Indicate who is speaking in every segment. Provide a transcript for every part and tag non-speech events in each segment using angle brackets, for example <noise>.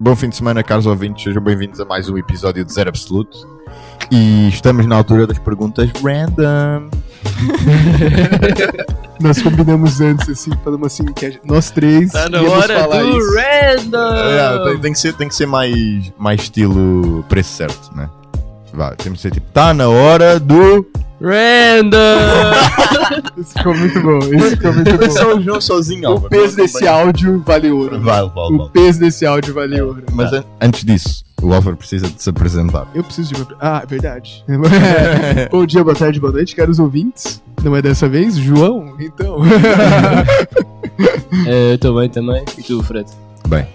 Speaker 1: Bom fim de semana, caros ouvintes. Sejam bem-vindos a mais um episódio de Zero Absoluto. E estamos na altura das perguntas random.
Speaker 2: Nós combinamos antes, assim, falamos assim, que a- nós três.
Speaker 3: Tá na
Speaker 1: Íamos
Speaker 3: hora
Speaker 1: falar
Speaker 3: do
Speaker 1: isso. É,
Speaker 3: Random!
Speaker 1: tem, tem que ser, tem que ser mais, mais estilo preço certo, né? Vá, temos que ser tipo, tá na hora do.
Speaker 3: Random!
Speaker 2: Isso ficou muito bom. Isso ficou muito bom.
Speaker 1: o João sozinho,
Speaker 2: O peso desse áudio vale ouro.
Speaker 1: Vale, vale,
Speaker 2: O
Speaker 1: vale.
Speaker 2: peso desse áudio vale ouro.
Speaker 1: Mas an- antes disso, o Álvaro precisa de se apresentar.
Speaker 2: Eu preciso de uma. Ah, é verdade. bom dia, boa tarde, boa noite, caros ouvintes. Não é dessa vez? João, então.
Speaker 3: <laughs> É, eu tô bem também. E tu,
Speaker 2: Um
Speaker 3: Fred?
Speaker 1: Bem,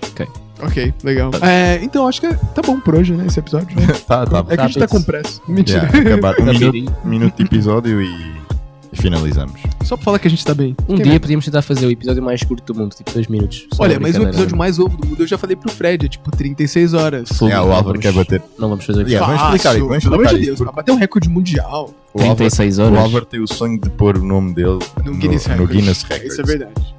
Speaker 2: ok, legal. É, então, acho que tá bom por hoje, né? Esse episódio. né?
Speaker 1: tá, tá.
Speaker 2: É que a gente tá com pressa. Mentira.
Speaker 1: Yeah, <laughs> acabar um minuto,
Speaker 3: Rapidinho.
Speaker 1: minuto de episódio e, e finalizamos.
Speaker 2: Só pra falar que a gente tá bem.
Speaker 3: Um
Speaker 2: Quem
Speaker 3: dia podíamos tentar fazer o episódio mais curto do mundo, tipo 2 minutos. Só
Speaker 2: Olha,
Speaker 3: uma
Speaker 2: mas o
Speaker 3: brincadeira, né?
Speaker 2: episódio mais novo do mundo eu já falei pro Fred, é tipo 36 horas.
Speaker 3: Sim.
Speaker 1: É, o Álvaro quer bater.
Speaker 3: Não vamos fazer
Speaker 1: Yeah. É, vamos explicar isso, vamos
Speaker 2: Pelo amor
Speaker 1: explicar
Speaker 2: de
Speaker 1: isso,
Speaker 2: Deus,
Speaker 1: porque-
Speaker 2: pra bater um recorde mundial
Speaker 1: O Álvaro,
Speaker 3: 36
Speaker 1: o
Speaker 3: horas.
Speaker 1: Álvaro tem o sonho de pôr o nome dele
Speaker 2: no Guinness
Speaker 1: no
Speaker 2: Records.
Speaker 1: Guinness Records.
Speaker 2: Isso é verdade.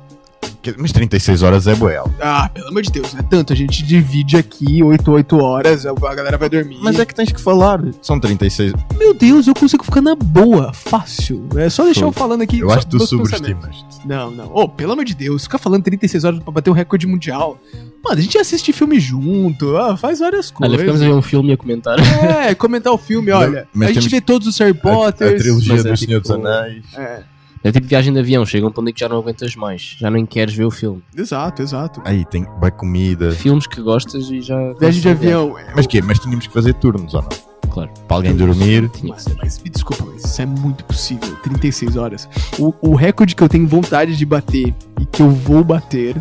Speaker 1: Que- Mas 36 horas é boel.
Speaker 2: Ah, pelo amor de Deus, não é tanto. A gente divide aqui 8, 8 horas, é a galera vai dormir.
Speaker 1: Mas é que tens que falar. São 36.
Speaker 2: tá- meu Deus, eu consigo ficar na boa, fácil. É só deixar
Speaker 1: Pô,
Speaker 2: eu falando aqui.
Speaker 1: Eu
Speaker 2: só
Speaker 1: acho que tu
Speaker 2: meus pensamentos.
Speaker 1: subestimas.
Speaker 2: Não, não. Oh, pelo amor de Deus, ficar falando 36 horas pra bater um recorde mundial. Mano, a gente assiste filme junto, ah, faz várias
Speaker 3: Olha,
Speaker 2: coisas.
Speaker 3: ficamos a ver um filme e a comentar.
Speaker 2: É, comentar o filme, olha.
Speaker 1: mas
Speaker 2: a gente
Speaker 1: temos-
Speaker 2: vê todos os Harry Potters.
Speaker 1: a trilogia
Speaker 3: mas
Speaker 1: do
Speaker 3: é
Speaker 1: Senhor dos
Speaker 3: tipo-
Speaker 1: Anéis.
Speaker 2: É,
Speaker 3: É tipo viagem de avião, chega um ponto em que já não aguentas mais. Já nem queres ver o filme.
Speaker 2: exato, exato.
Speaker 1: Aí tem vai comida.
Speaker 3: Filmes que gostas e já.
Speaker 2: Viagem de avião. é,
Speaker 1: Mas quê? Mas tínhamos que fazer turnos ou não?
Speaker 3: Claro.
Speaker 1: Para alguém dormir.
Speaker 3: Tinha que
Speaker 2: Mas,
Speaker 3: ser.
Speaker 2: mas me desculpa, mas isso é muito possível. 36 horas. O, o recorde que eu tenho vontade de bater e que eu vou bater,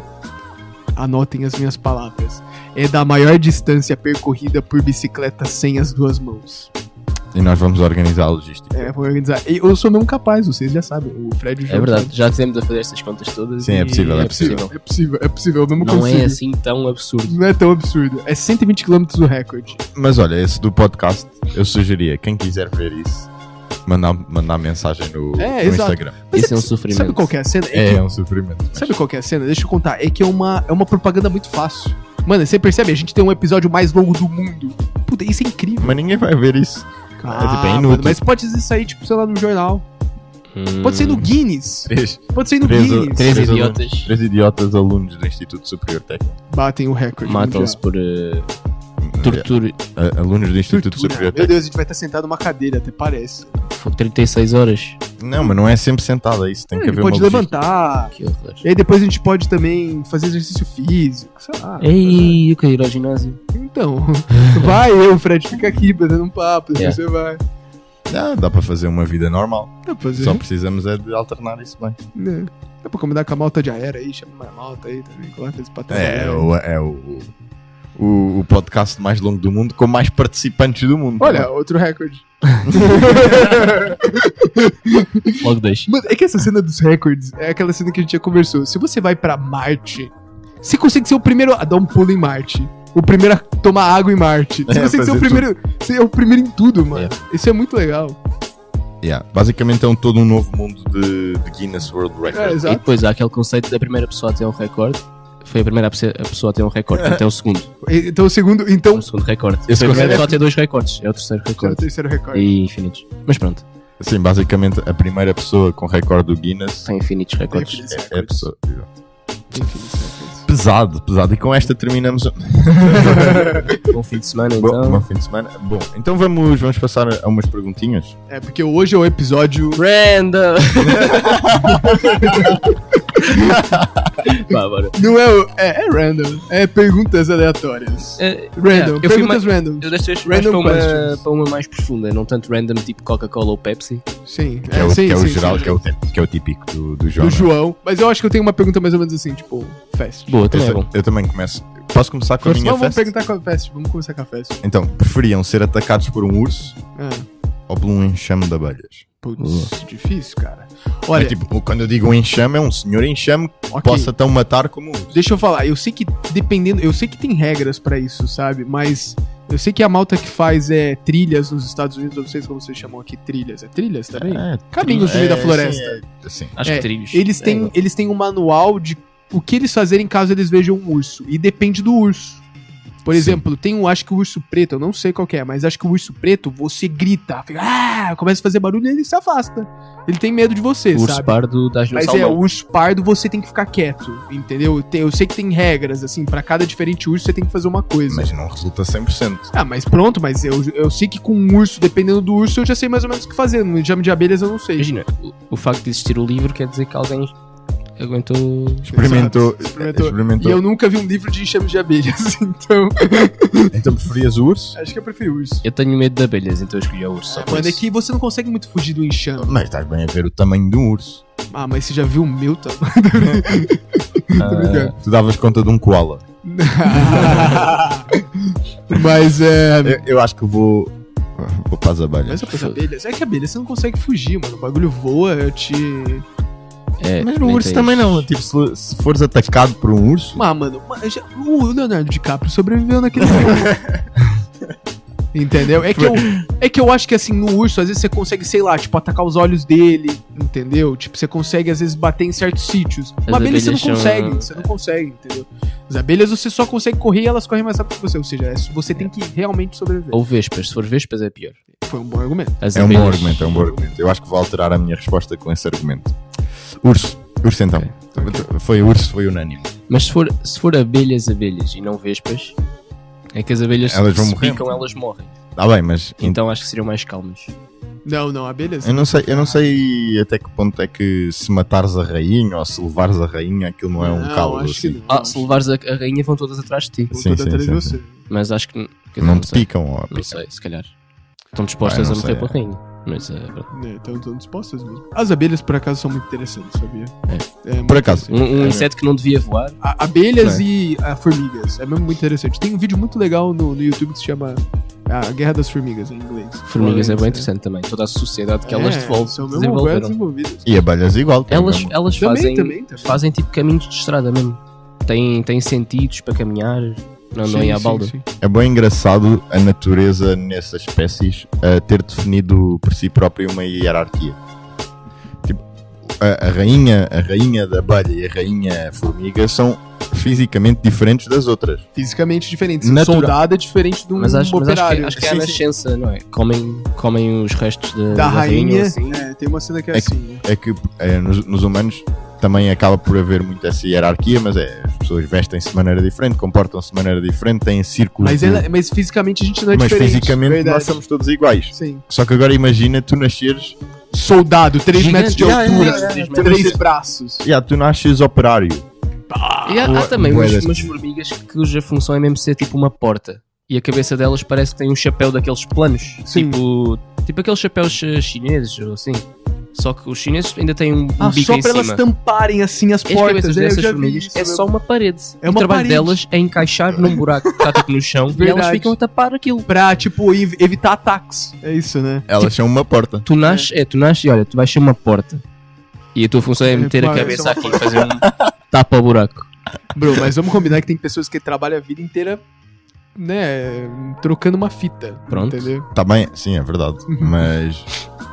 Speaker 2: anotem as minhas palavras, é da maior distância percorrida por bicicleta sem as duas mãos.
Speaker 1: E nós vamos organizar a logística.
Speaker 2: É, vou organizar. E Eu sou mesmo capaz, vocês já sabem. O Fred e o
Speaker 3: É
Speaker 2: João
Speaker 3: verdade,
Speaker 2: sabem.
Speaker 3: já tivemos a fazer estas contas todas.
Speaker 1: Sim, é
Speaker 3: e
Speaker 1: possível, é
Speaker 2: É possível, é possível, eu mesmo
Speaker 3: Não
Speaker 2: consigo.
Speaker 3: é assim tão absurdo.
Speaker 2: Não é tão absurdo. É 120 km o recorde.
Speaker 1: Mas olha, esse do podcast, eu sugeria, quem quiser ver isso, mandar, mandar mensagem no,
Speaker 2: É,
Speaker 1: no
Speaker 2: exato.
Speaker 1: Instagram.
Speaker 2: Mas
Speaker 3: Isso é um
Speaker 2: sabe-
Speaker 3: sofrimento.
Speaker 2: Sabe qual que é a cena? que-
Speaker 1: É, é um sofrimento.
Speaker 2: Sabe qual que é a cena? Deixa eu contar. É que é uma, é uma propaganda muito fácil. Mano, você percebe? A gente tem um episódio mais longo do mundo. Puta, isso é incrível. Ah,
Speaker 1: Mas ninguém vai ver isso. é tipo, é inútil.
Speaker 2: mas pode sair, tipo, sei lá, no jornal. Pode sair no Guinness.
Speaker 1: Três,
Speaker 2: Pode sair no
Speaker 1: Hum. Três-
Speaker 2: Guinness.
Speaker 3: Três
Speaker 1: Três
Speaker 3: Hum, idiotas
Speaker 1: três idiotas alunos do Instituto Superior Técnico.
Speaker 2: Batem o recorde.
Speaker 3: matam-se por eh, tortura.
Speaker 1: A- Alunos do
Speaker 2: mundial.
Speaker 1: Instituto
Speaker 2: Tortura.
Speaker 1: Superior
Speaker 2: Meu
Speaker 1: Técnico.
Speaker 2: Deus, a gente vai estar sentado numa cadeira, até parece.
Speaker 3: Fogo, 36 horas.
Speaker 1: Não, mas não é sempre sentado, é isso. Tem que
Speaker 2: Ele
Speaker 1: haver
Speaker 2: pode
Speaker 1: uma logística.
Speaker 2: levantar.
Speaker 3: Que horror.
Speaker 2: E aí depois a gente pode também fazer exercício físico, sei lá.
Speaker 3: Ei, eu quero ir ao ginásio.
Speaker 2: Então, <laughs> vai eu, Fred, fica aqui batendo um papo, assim
Speaker 3: É.
Speaker 2: você vai.
Speaker 1: Ah, dá para fazer uma vida normal.
Speaker 2: Dá pra fazer.
Speaker 1: Só precisamos é de alternar isso bem.
Speaker 2: Né? Dá pra combinar com a malta de aérea aí, chama uma malta aí também, coloca esse patrão.
Speaker 1: É, o, é o, o, o podcast mais longo do mundo com mais participantes do mundo.
Speaker 2: Olha, outro recorde.
Speaker 3: Logo dois.
Speaker 2: Mano, é que essa cena dos recordes é aquela cena que a gente já conversou. Se você vai pra Marte, você consegue ser o primeiro a dar um pulo em Marte. O primeiro a tomar água em Marte. Você
Speaker 1: É,
Speaker 2: consegue ser o
Speaker 1: fazer
Speaker 2: primeiro. Você é o primeiro em tudo, mano. Isso é muito legal.
Speaker 1: Yeah, basicamente é um todo um novo mundo de, de Guinness World
Speaker 2: É,
Speaker 1: Records.
Speaker 3: E
Speaker 2: exato.
Speaker 3: depois há aquele conceito da primeira pessoa a ter um recorde. Foi a primeira pessoa- a pessoa a ter um recorde, portanto é o segundo.
Speaker 2: E- Então o segundo.
Speaker 3: É
Speaker 2: Então.
Speaker 3: o segundo recorde.
Speaker 1: Esse
Speaker 3: Foi a primeira
Speaker 1: conceito-
Speaker 3: pessoa a ter dois recordes, é o terceiro
Speaker 2: É o
Speaker 3: recorde.
Speaker 2: terceiro recorde.
Speaker 3: E infinitos. Mas pronto,
Speaker 1: Sim, basicamente a primeira pessoa com recorde do Guinness
Speaker 3: tem infinitos
Speaker 2: Tem
Speaker 3: recordes.
Speaker 2: infinitos
Speaker 1: é, é a
Speaker 2: recordes.
Speaker 1: pessoa.
Speaker 2: Tem infinitos recordes.
Speaker 1: Pesado, pesado. E com esta terminamos.
Speaker 3: Bom fim de semana
Speaker 1: Bom,
Speaker 3: então.
Speaker 1: bom fim de semana. Bom, então vamos, vamos passar a umas perguntinhas.
Speaker 2: É, porque hoje é o episódio.
Speaker 1: <laughs>
Speaker 3: Brenda! Vá, bora.
Speaker 2: Não é o. É, é random. É perguntas aleatórias.
Speaker 3: É,
Speaker 2: Random,
Speaker 3: eu fui
Speaker 2: Eh, perguntas random.
Speaker 3: Eu desta vez mais
Speaker 2: Random
Speaker 3: para uma,
Speaker 2: questions.
Speaker 3: para uma mais profunda, não tanto random tipo Coca-Cola ou Pepsi.
Speaker 2: Sim,
Speaker 1: Que é, o,
Speaker 2: sim,
Speaker 1: que é o
Speaker 2: sim,
Speaker 1: geral,
Speaker 2: sim.
Speaker 1: que é o, te- que é o típico do, do João.
Speaker 2: do
Speaker 1: né?
Speaker 2: João. Mas eu acho que eu tenho uma pergunta mais ou menos assim, tipo, fest.
Speaker 3: Boa,
Speaker 1: Eu,
Speaker 3: também é bom.
Speaker 1: ta- eu também começo. Posso começar com a
Speaker 2: Não,
Speaker 1: minha
Speaker 2: vamos
Speaker 1: festa?
Speaker 2: perguntar com a fest, vamos começar com a fest.
Speaker 1: Então, preferiam ser atacados por um urso
Speaker 2: Ah,
Speaker 1: ou por um enxame de abelhas?
Speaker 2: putz, difícil, cara. Olha,
Speaker 1: É tipo, quando eu digo um enxame, é um senhor enxame que
Speaker 2: ok,
Speaker 1: possa tão matar como um urso.
Speaker 2: deixa eu falar, eu sei que dependendo, eu sei que tem regras pra isso, sabe? Mas eu sei que a malta que faz é trilhas nos Estados Unidos, eu não sei como vocês chamam aqui trilhas, é trilhas também? Caminhos no meio um da floresta.
Speaker 1: Sim, é,
Speaker 3: Acho
Speaker 2: É,
Speaker 3: que trilhos.
Speaker 2: Eles
Speaker 3: É
Speaker 2: têm,
Speaker 3: igual.
Speaker 2: eles têm um manual de o que eles fazerem caso eles vejam um urso. E depende do urso. Por
Speaker 1: Sim.
Speaker 2: exemplo, tem um, acho que o urso preto, eu não sei qual que é, mas acho que o urso preto, você grita, fica, ah, começa a fazer barulho e ele se afasta. Ele tem medo de você,
Speaker 3: O urso
Speaker 2: sabe?
Speaker 3: pardo da Gil
Speaker 2: Mas é, o
Speaker 3: Salmão.
Speaker 2: urso pardo você tem que ficar quieto, entendeu? Tem- eu sei que tem regras, assim, pra cada diferente urso você tem que fazer uma coisa.
Speaker 1: Mas não resulta 100%.
Speaker 2: Ah, mas pronto, mas eu, eu sei que com um urso, dependendo do urso, eu já sei mais ou menos o que fazer. No exame de abelhas eu não sei.
Speaker 3: Imagina, o, o facto de existir o livro quer dizer que alguém aguentou.
Speaker 1: Experimentou.
Speaker 3: é,
Speaker 2: Exato, experimentou. E
Speaker 1: experimentou.
Speaker 2: eu nunca vi um livro de enxame de abelhas, então
Speaker 1: Então preferias o urso?
Speaker 2: acho que eu prefiro urso.
Speaker 3: Eu tenho medo de abelhas, então eu escolhi o urso. Só por
Speaker 2: Mano, é
Speaker 3: isso.
Speaker 2: que você não consegue muito fugir do enxame.
Speaker 1: Mas estás bem a ver o tamanho de um urso.
Speaker 2: Ah, mas você já viu o meu <laughs> tá?
Speaker 3: Ah,
Speaker 2: brincando. <laughs>
Speaker 1: Tu davas conta de um koala.
Speaker 2: mas é.
Speaker 1: Eu, eu acho que vou. Vou para as
Speaker 2: Mas
Speaker 1: abelhas.
Speaker 2: eu as abelhas. É que abelha você não consegue fugir, mano. O bagulho voa, eu te.
Speaker 3: é,
Speaker 1: Mas no
Speaker 3: nem
Speaker 1: urso
Speaker 3: tens-
Speaker 1: também não. Tipo, se, se fores atacado por um urso.
Speaker 2: Ah, mano, mas já- o Leonardo DiCaprio sobreviveu naquele filme. Entendeu? É que, eu, é que eu acho que assim, no urso, às vezes você consegue, sei lá, tipo, atacar os olhos dele, entendeu? Tipo, você consegue, às vezes, bater em certos sítios. Uma abelha você não
Speaker 3: abelhas são-
Speaker 2: consegue, você não consegue, entendeu? As abelhas você só consegue correr e elas correm mais rápido que você. Ou seja, é- você tem que realmente sobreviver.
Speaker 3: Ou vespas, se for vespas é pior.
Speaker 2: Foi um bom argumento.
Speaker 3: As
Speaker 1: É um bom
Speaker 3: abelhas-
Speaker 1: argumento, é um bom argumento. Eu acho que vou alterar a minha resposta com esse argumento. Urso. Urso então. Foi urso, foi unânime.
Speaker 3: Mas se for, se for abelhas, abelhas e não vespas, é que as abelhas
Speaker 1: Elas
Speaker 3: se,
Speaker 1: vão
Speaker 3: se
Speaker 1: morrer.
Speaker 3: picam, elas morrem.
Speaker 1: Tá bem, mas. então,
Speaker 3: Então acho que seriam mais calmas.
Speaker 2: Não, não, abelhas.
Speaker 1: Eu não, sei, eu não sei até que ponto é que se matares a rainha ou se levares a rainha aquilo não é um caldo.
Speaker 2: acho que
Speaker 1: Assim.
Speaker 2: não.
Speaker 3: Ah, se levares a, a rainha vão todas atrás de ti.
Speaker 2: Vão
Speaker 1: Sim,
Speaker 2: todas
Speaker 1: sim,
Speaker 2: atrás de
Speaker 1: sim,
Speaker 2: você.
Speaker 3: Mas acho que. quer dizer,
Speaker 1: Não
Speaker 3: não
Speaker 1: te
Speaker 3: sei.
Speaker 1: picam, ó.
Speaker 3: Não sei, se calhar. Estão dispostas
Speaker 1: Ah, eu
Speaker 3: a
Speaker 1: não
Speaker 3: morrer
Speaker 1: sei,
Speaker 3: pela
Speaker 1: é.
Speaker 3: rainha. Mas é, pronto.
Speaker 2: É, então estão dispostas mesmo. As abelhas, por acaso, são muito interessantes, sabia? É. muito
Speaker 1: Por acaso.
Speaker 2: interessante.
Speaker 3: um, um inseto que não devia voar.
Speaker 2: A- abelhas e ah, formigas. É mesmo muito interessante. Tem um vídeo muito legal no, no YouTube que se chama ah, A Guerra das Formigas, em inglês.
Speaker 3: Formigas é
Speaker 2: Formigas,
Speaker 3: bem interessante também. Toda a sociedade que elas
Speaker 2: É,
Speaker 3: desenvol-
Speaker 2: São mesmo bem
Speaker 3: desenvolveram.
Speaker 2: desenvolvidas.
Speaker 1: E abelhas igual. tem
Speaker 3: Elas,
Speaker 1: mesmo.
Speaker 3: elas
Speaker 2: Também,
Speaker 3: fazem,
Speaker 2: também, também.
Speaker 3: fazem tipo caminhos de estrada mesmo. Têm, têm sentidos para caminhar. Não andam aí
Speaker 2: Sim,
Speaker 3: à
Speaker 2: sim,
Speaker 3: balda.
Speaker 2: sim.
Speaker 1: É bem engraçado a natureza nessas espécies a ter definido por si própria uma hierarquia. Tipo, a, a rainha, a rainha da abelha e a rainha formiga são fisicamente diferentes das outras.
Speaker 2: Fisicamente diferentes.
Speaker 1: Natural.
Speaker 2: Um soldado é diferente de um
Speaker 3: Mas acho, mas acho que,
Speaker 2: operário.
Speaker 3: acho que é a
Speaker 1: Sim, sim.
Speaker 3: nascença, não é? Comem, comem os restos da,
Speaker 2: Da rainha.
Speaker 3: assim.
Speaker 2: É, tem uma cena que é,
Speaker 1: É que-
Speaker 2: assim. né?
Speaker 1: É que eh, nos, nos humanos também acaba por haver muito essa hierarquia, mas é, as pessoas vestem-se de maneira diferente, comportam-se de maneira diferente, têm círculos.
Speaker 2: Mas,
Speaker 1: de-
Speaker 3: Uhum.
Speaker 2: ela- mas fisicamente a gente não é
Speaker 1: mas
Speaker 2: diferente.
Speaker 1: fisicamente
Speaker 2: verdade.
Speaker 1: nós somos todos iguais.
Speaker 2: Sim.
Speaker 1: Só que agora imagina tu nasceres
Speaker 2: Soldado, 3
Speaker 3: Gigante. Ah, é,
Speaker 2: metros de
Speaker 1: Yeah, yeah,
Speaker 2: altura,
Speaker 1: yeah,
Speaker 2: três
Speaker 3: yeah.
Speaker 2: braços.
Speaker 1: Yeah, tu nasces operário.
Speaker 3: E há, há
Speaker 1: Boa-
Speaker 3: também
Speaker 1: boa
Speaker 3: umas,
Speaker 1: das-
Speaker 3: umas formigas cuja função é mesmo ser tipo uma porta. E a cabeça delas parece que tem um chapéu daqueles planos.
Speaker 2: Sim.
Speaker 3: Tipo, tipo aqueles chapéus eh, chineses ou assim. Só que os chineses ainda têm um, um
Speaker 2: Ah,
Speaker 3: bico
Speaker 2: só
Speaker 3: em
Speaker 2: pra elas
Speaker 3: cima.
Speaker 2: tamparem assim as
Speaker 3: As cabeças
Speaker 2: portas. né? Eu
Speaker 3: dessas
Speaker 2: já vi
Speaker 3: formigas
Speaker 2: isso,
Speaker 3: é
Speaker 2: eu-
Speaker 3: só uma parede.
Speaker 2: É
Speaker 3: o
Speaker 2: uma
Speaker 3: trabalho
Speaker 2: parede.
Speaker 3: delas é encaixar num buraco que está tipo no
Speaker 2: <laughs>
Speaker 3: chão e elas
Speaker 2: Verdade.
Speaker 3: ficam a tapar aquilo.
Speaker 2: Pra, tipo, ev- evitar ataques. É isso, né?
Speaker 1: Elas são uma porta.
Speaker 3: Tu nasces, é, tu nasces e olha, tu vais ser uma porta. E a tua função é
Speaker 2: É,
Speaker 3: meter a
Speaker 2: pá, isso
Speaker 3: cabeça
Speaker 2: é
Speaker 3: aqui e fazer um tapa ao buraco.
Speaker 2: <laughs> Bro, mas vamos combinar que tem pessoas que trabalham a vida inteira, né, trocando uma fita.
Speaker 3: Pronto.
Speaker 2: Entendeu?
Speaker 1: Tá bem, sim, é verdade.
Speaker 3: Uhum.
Speaker 1: Mas,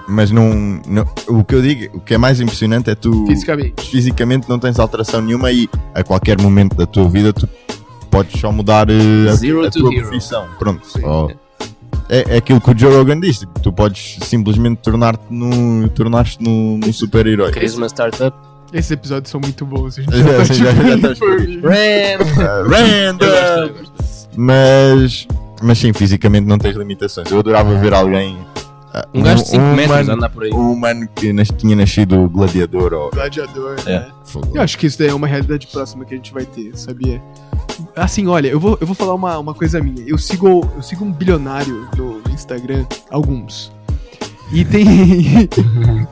Speaker 1: mas não, não- O que eu digo, o que é mais impressionante é tu
Speaker 2: Fisicamente.
Speaker 1: fisicamente não tens alteração nenhuma e a qualquer momento da tua vida tu podes só mudar eh, a-
Speaker 3: Zero
Speaker 1: a,
Speaker 3: to
Speaker 1: tua
Speaker 3: hero.
Speaker 1: profissão. Pronto.
Speaker 2: Sim.
Speaker 1: só. É, é aquilo que o Joe Rogan diz: tipo, tu podes simplesmente tornar-te num, tornar-te num, num super-herói.
Speaker 3: Queres uma startup?
Speaker 2: Esses episódios são muito bons. A gente
Speaker 1: Já-
Speaker 2: tá
Speaker 1: já- já
Speaker 2: tipo,
Speaker 1: estás feliz.
Speaker 3: Ram!
Speaker 1: Ah,
Speaker 3: é Eu gosto, eu
Speaker 1: Random!
Speaker 3: gosto.
Speaker 1: Mas, mas sim, fisicamente não tens limitações. Eu adorava ver alguém. ah,
Speaker 3: Um gajo de 5 metros
Speaker 1: humano-
Speaker 3: anda por aí.
Speaker 1: um humano que nas- tinha nascido gladiador ou
Speaker 2: gladiador,
Speaker 3: É.
Speaker 2: né?
Speaker 1: fogo.
Speaker 2: Eu acho que isso daí é uma realidade próxima que a gente vai ter, sabia? Assim, olha, eu vou, eu vou falar uma, uma coisa minha. Eu sigo, eu sigo um bilionário no Instagram, alguns. E
Speaker 1: <laughs>
Speaker 2: tem. <laughs>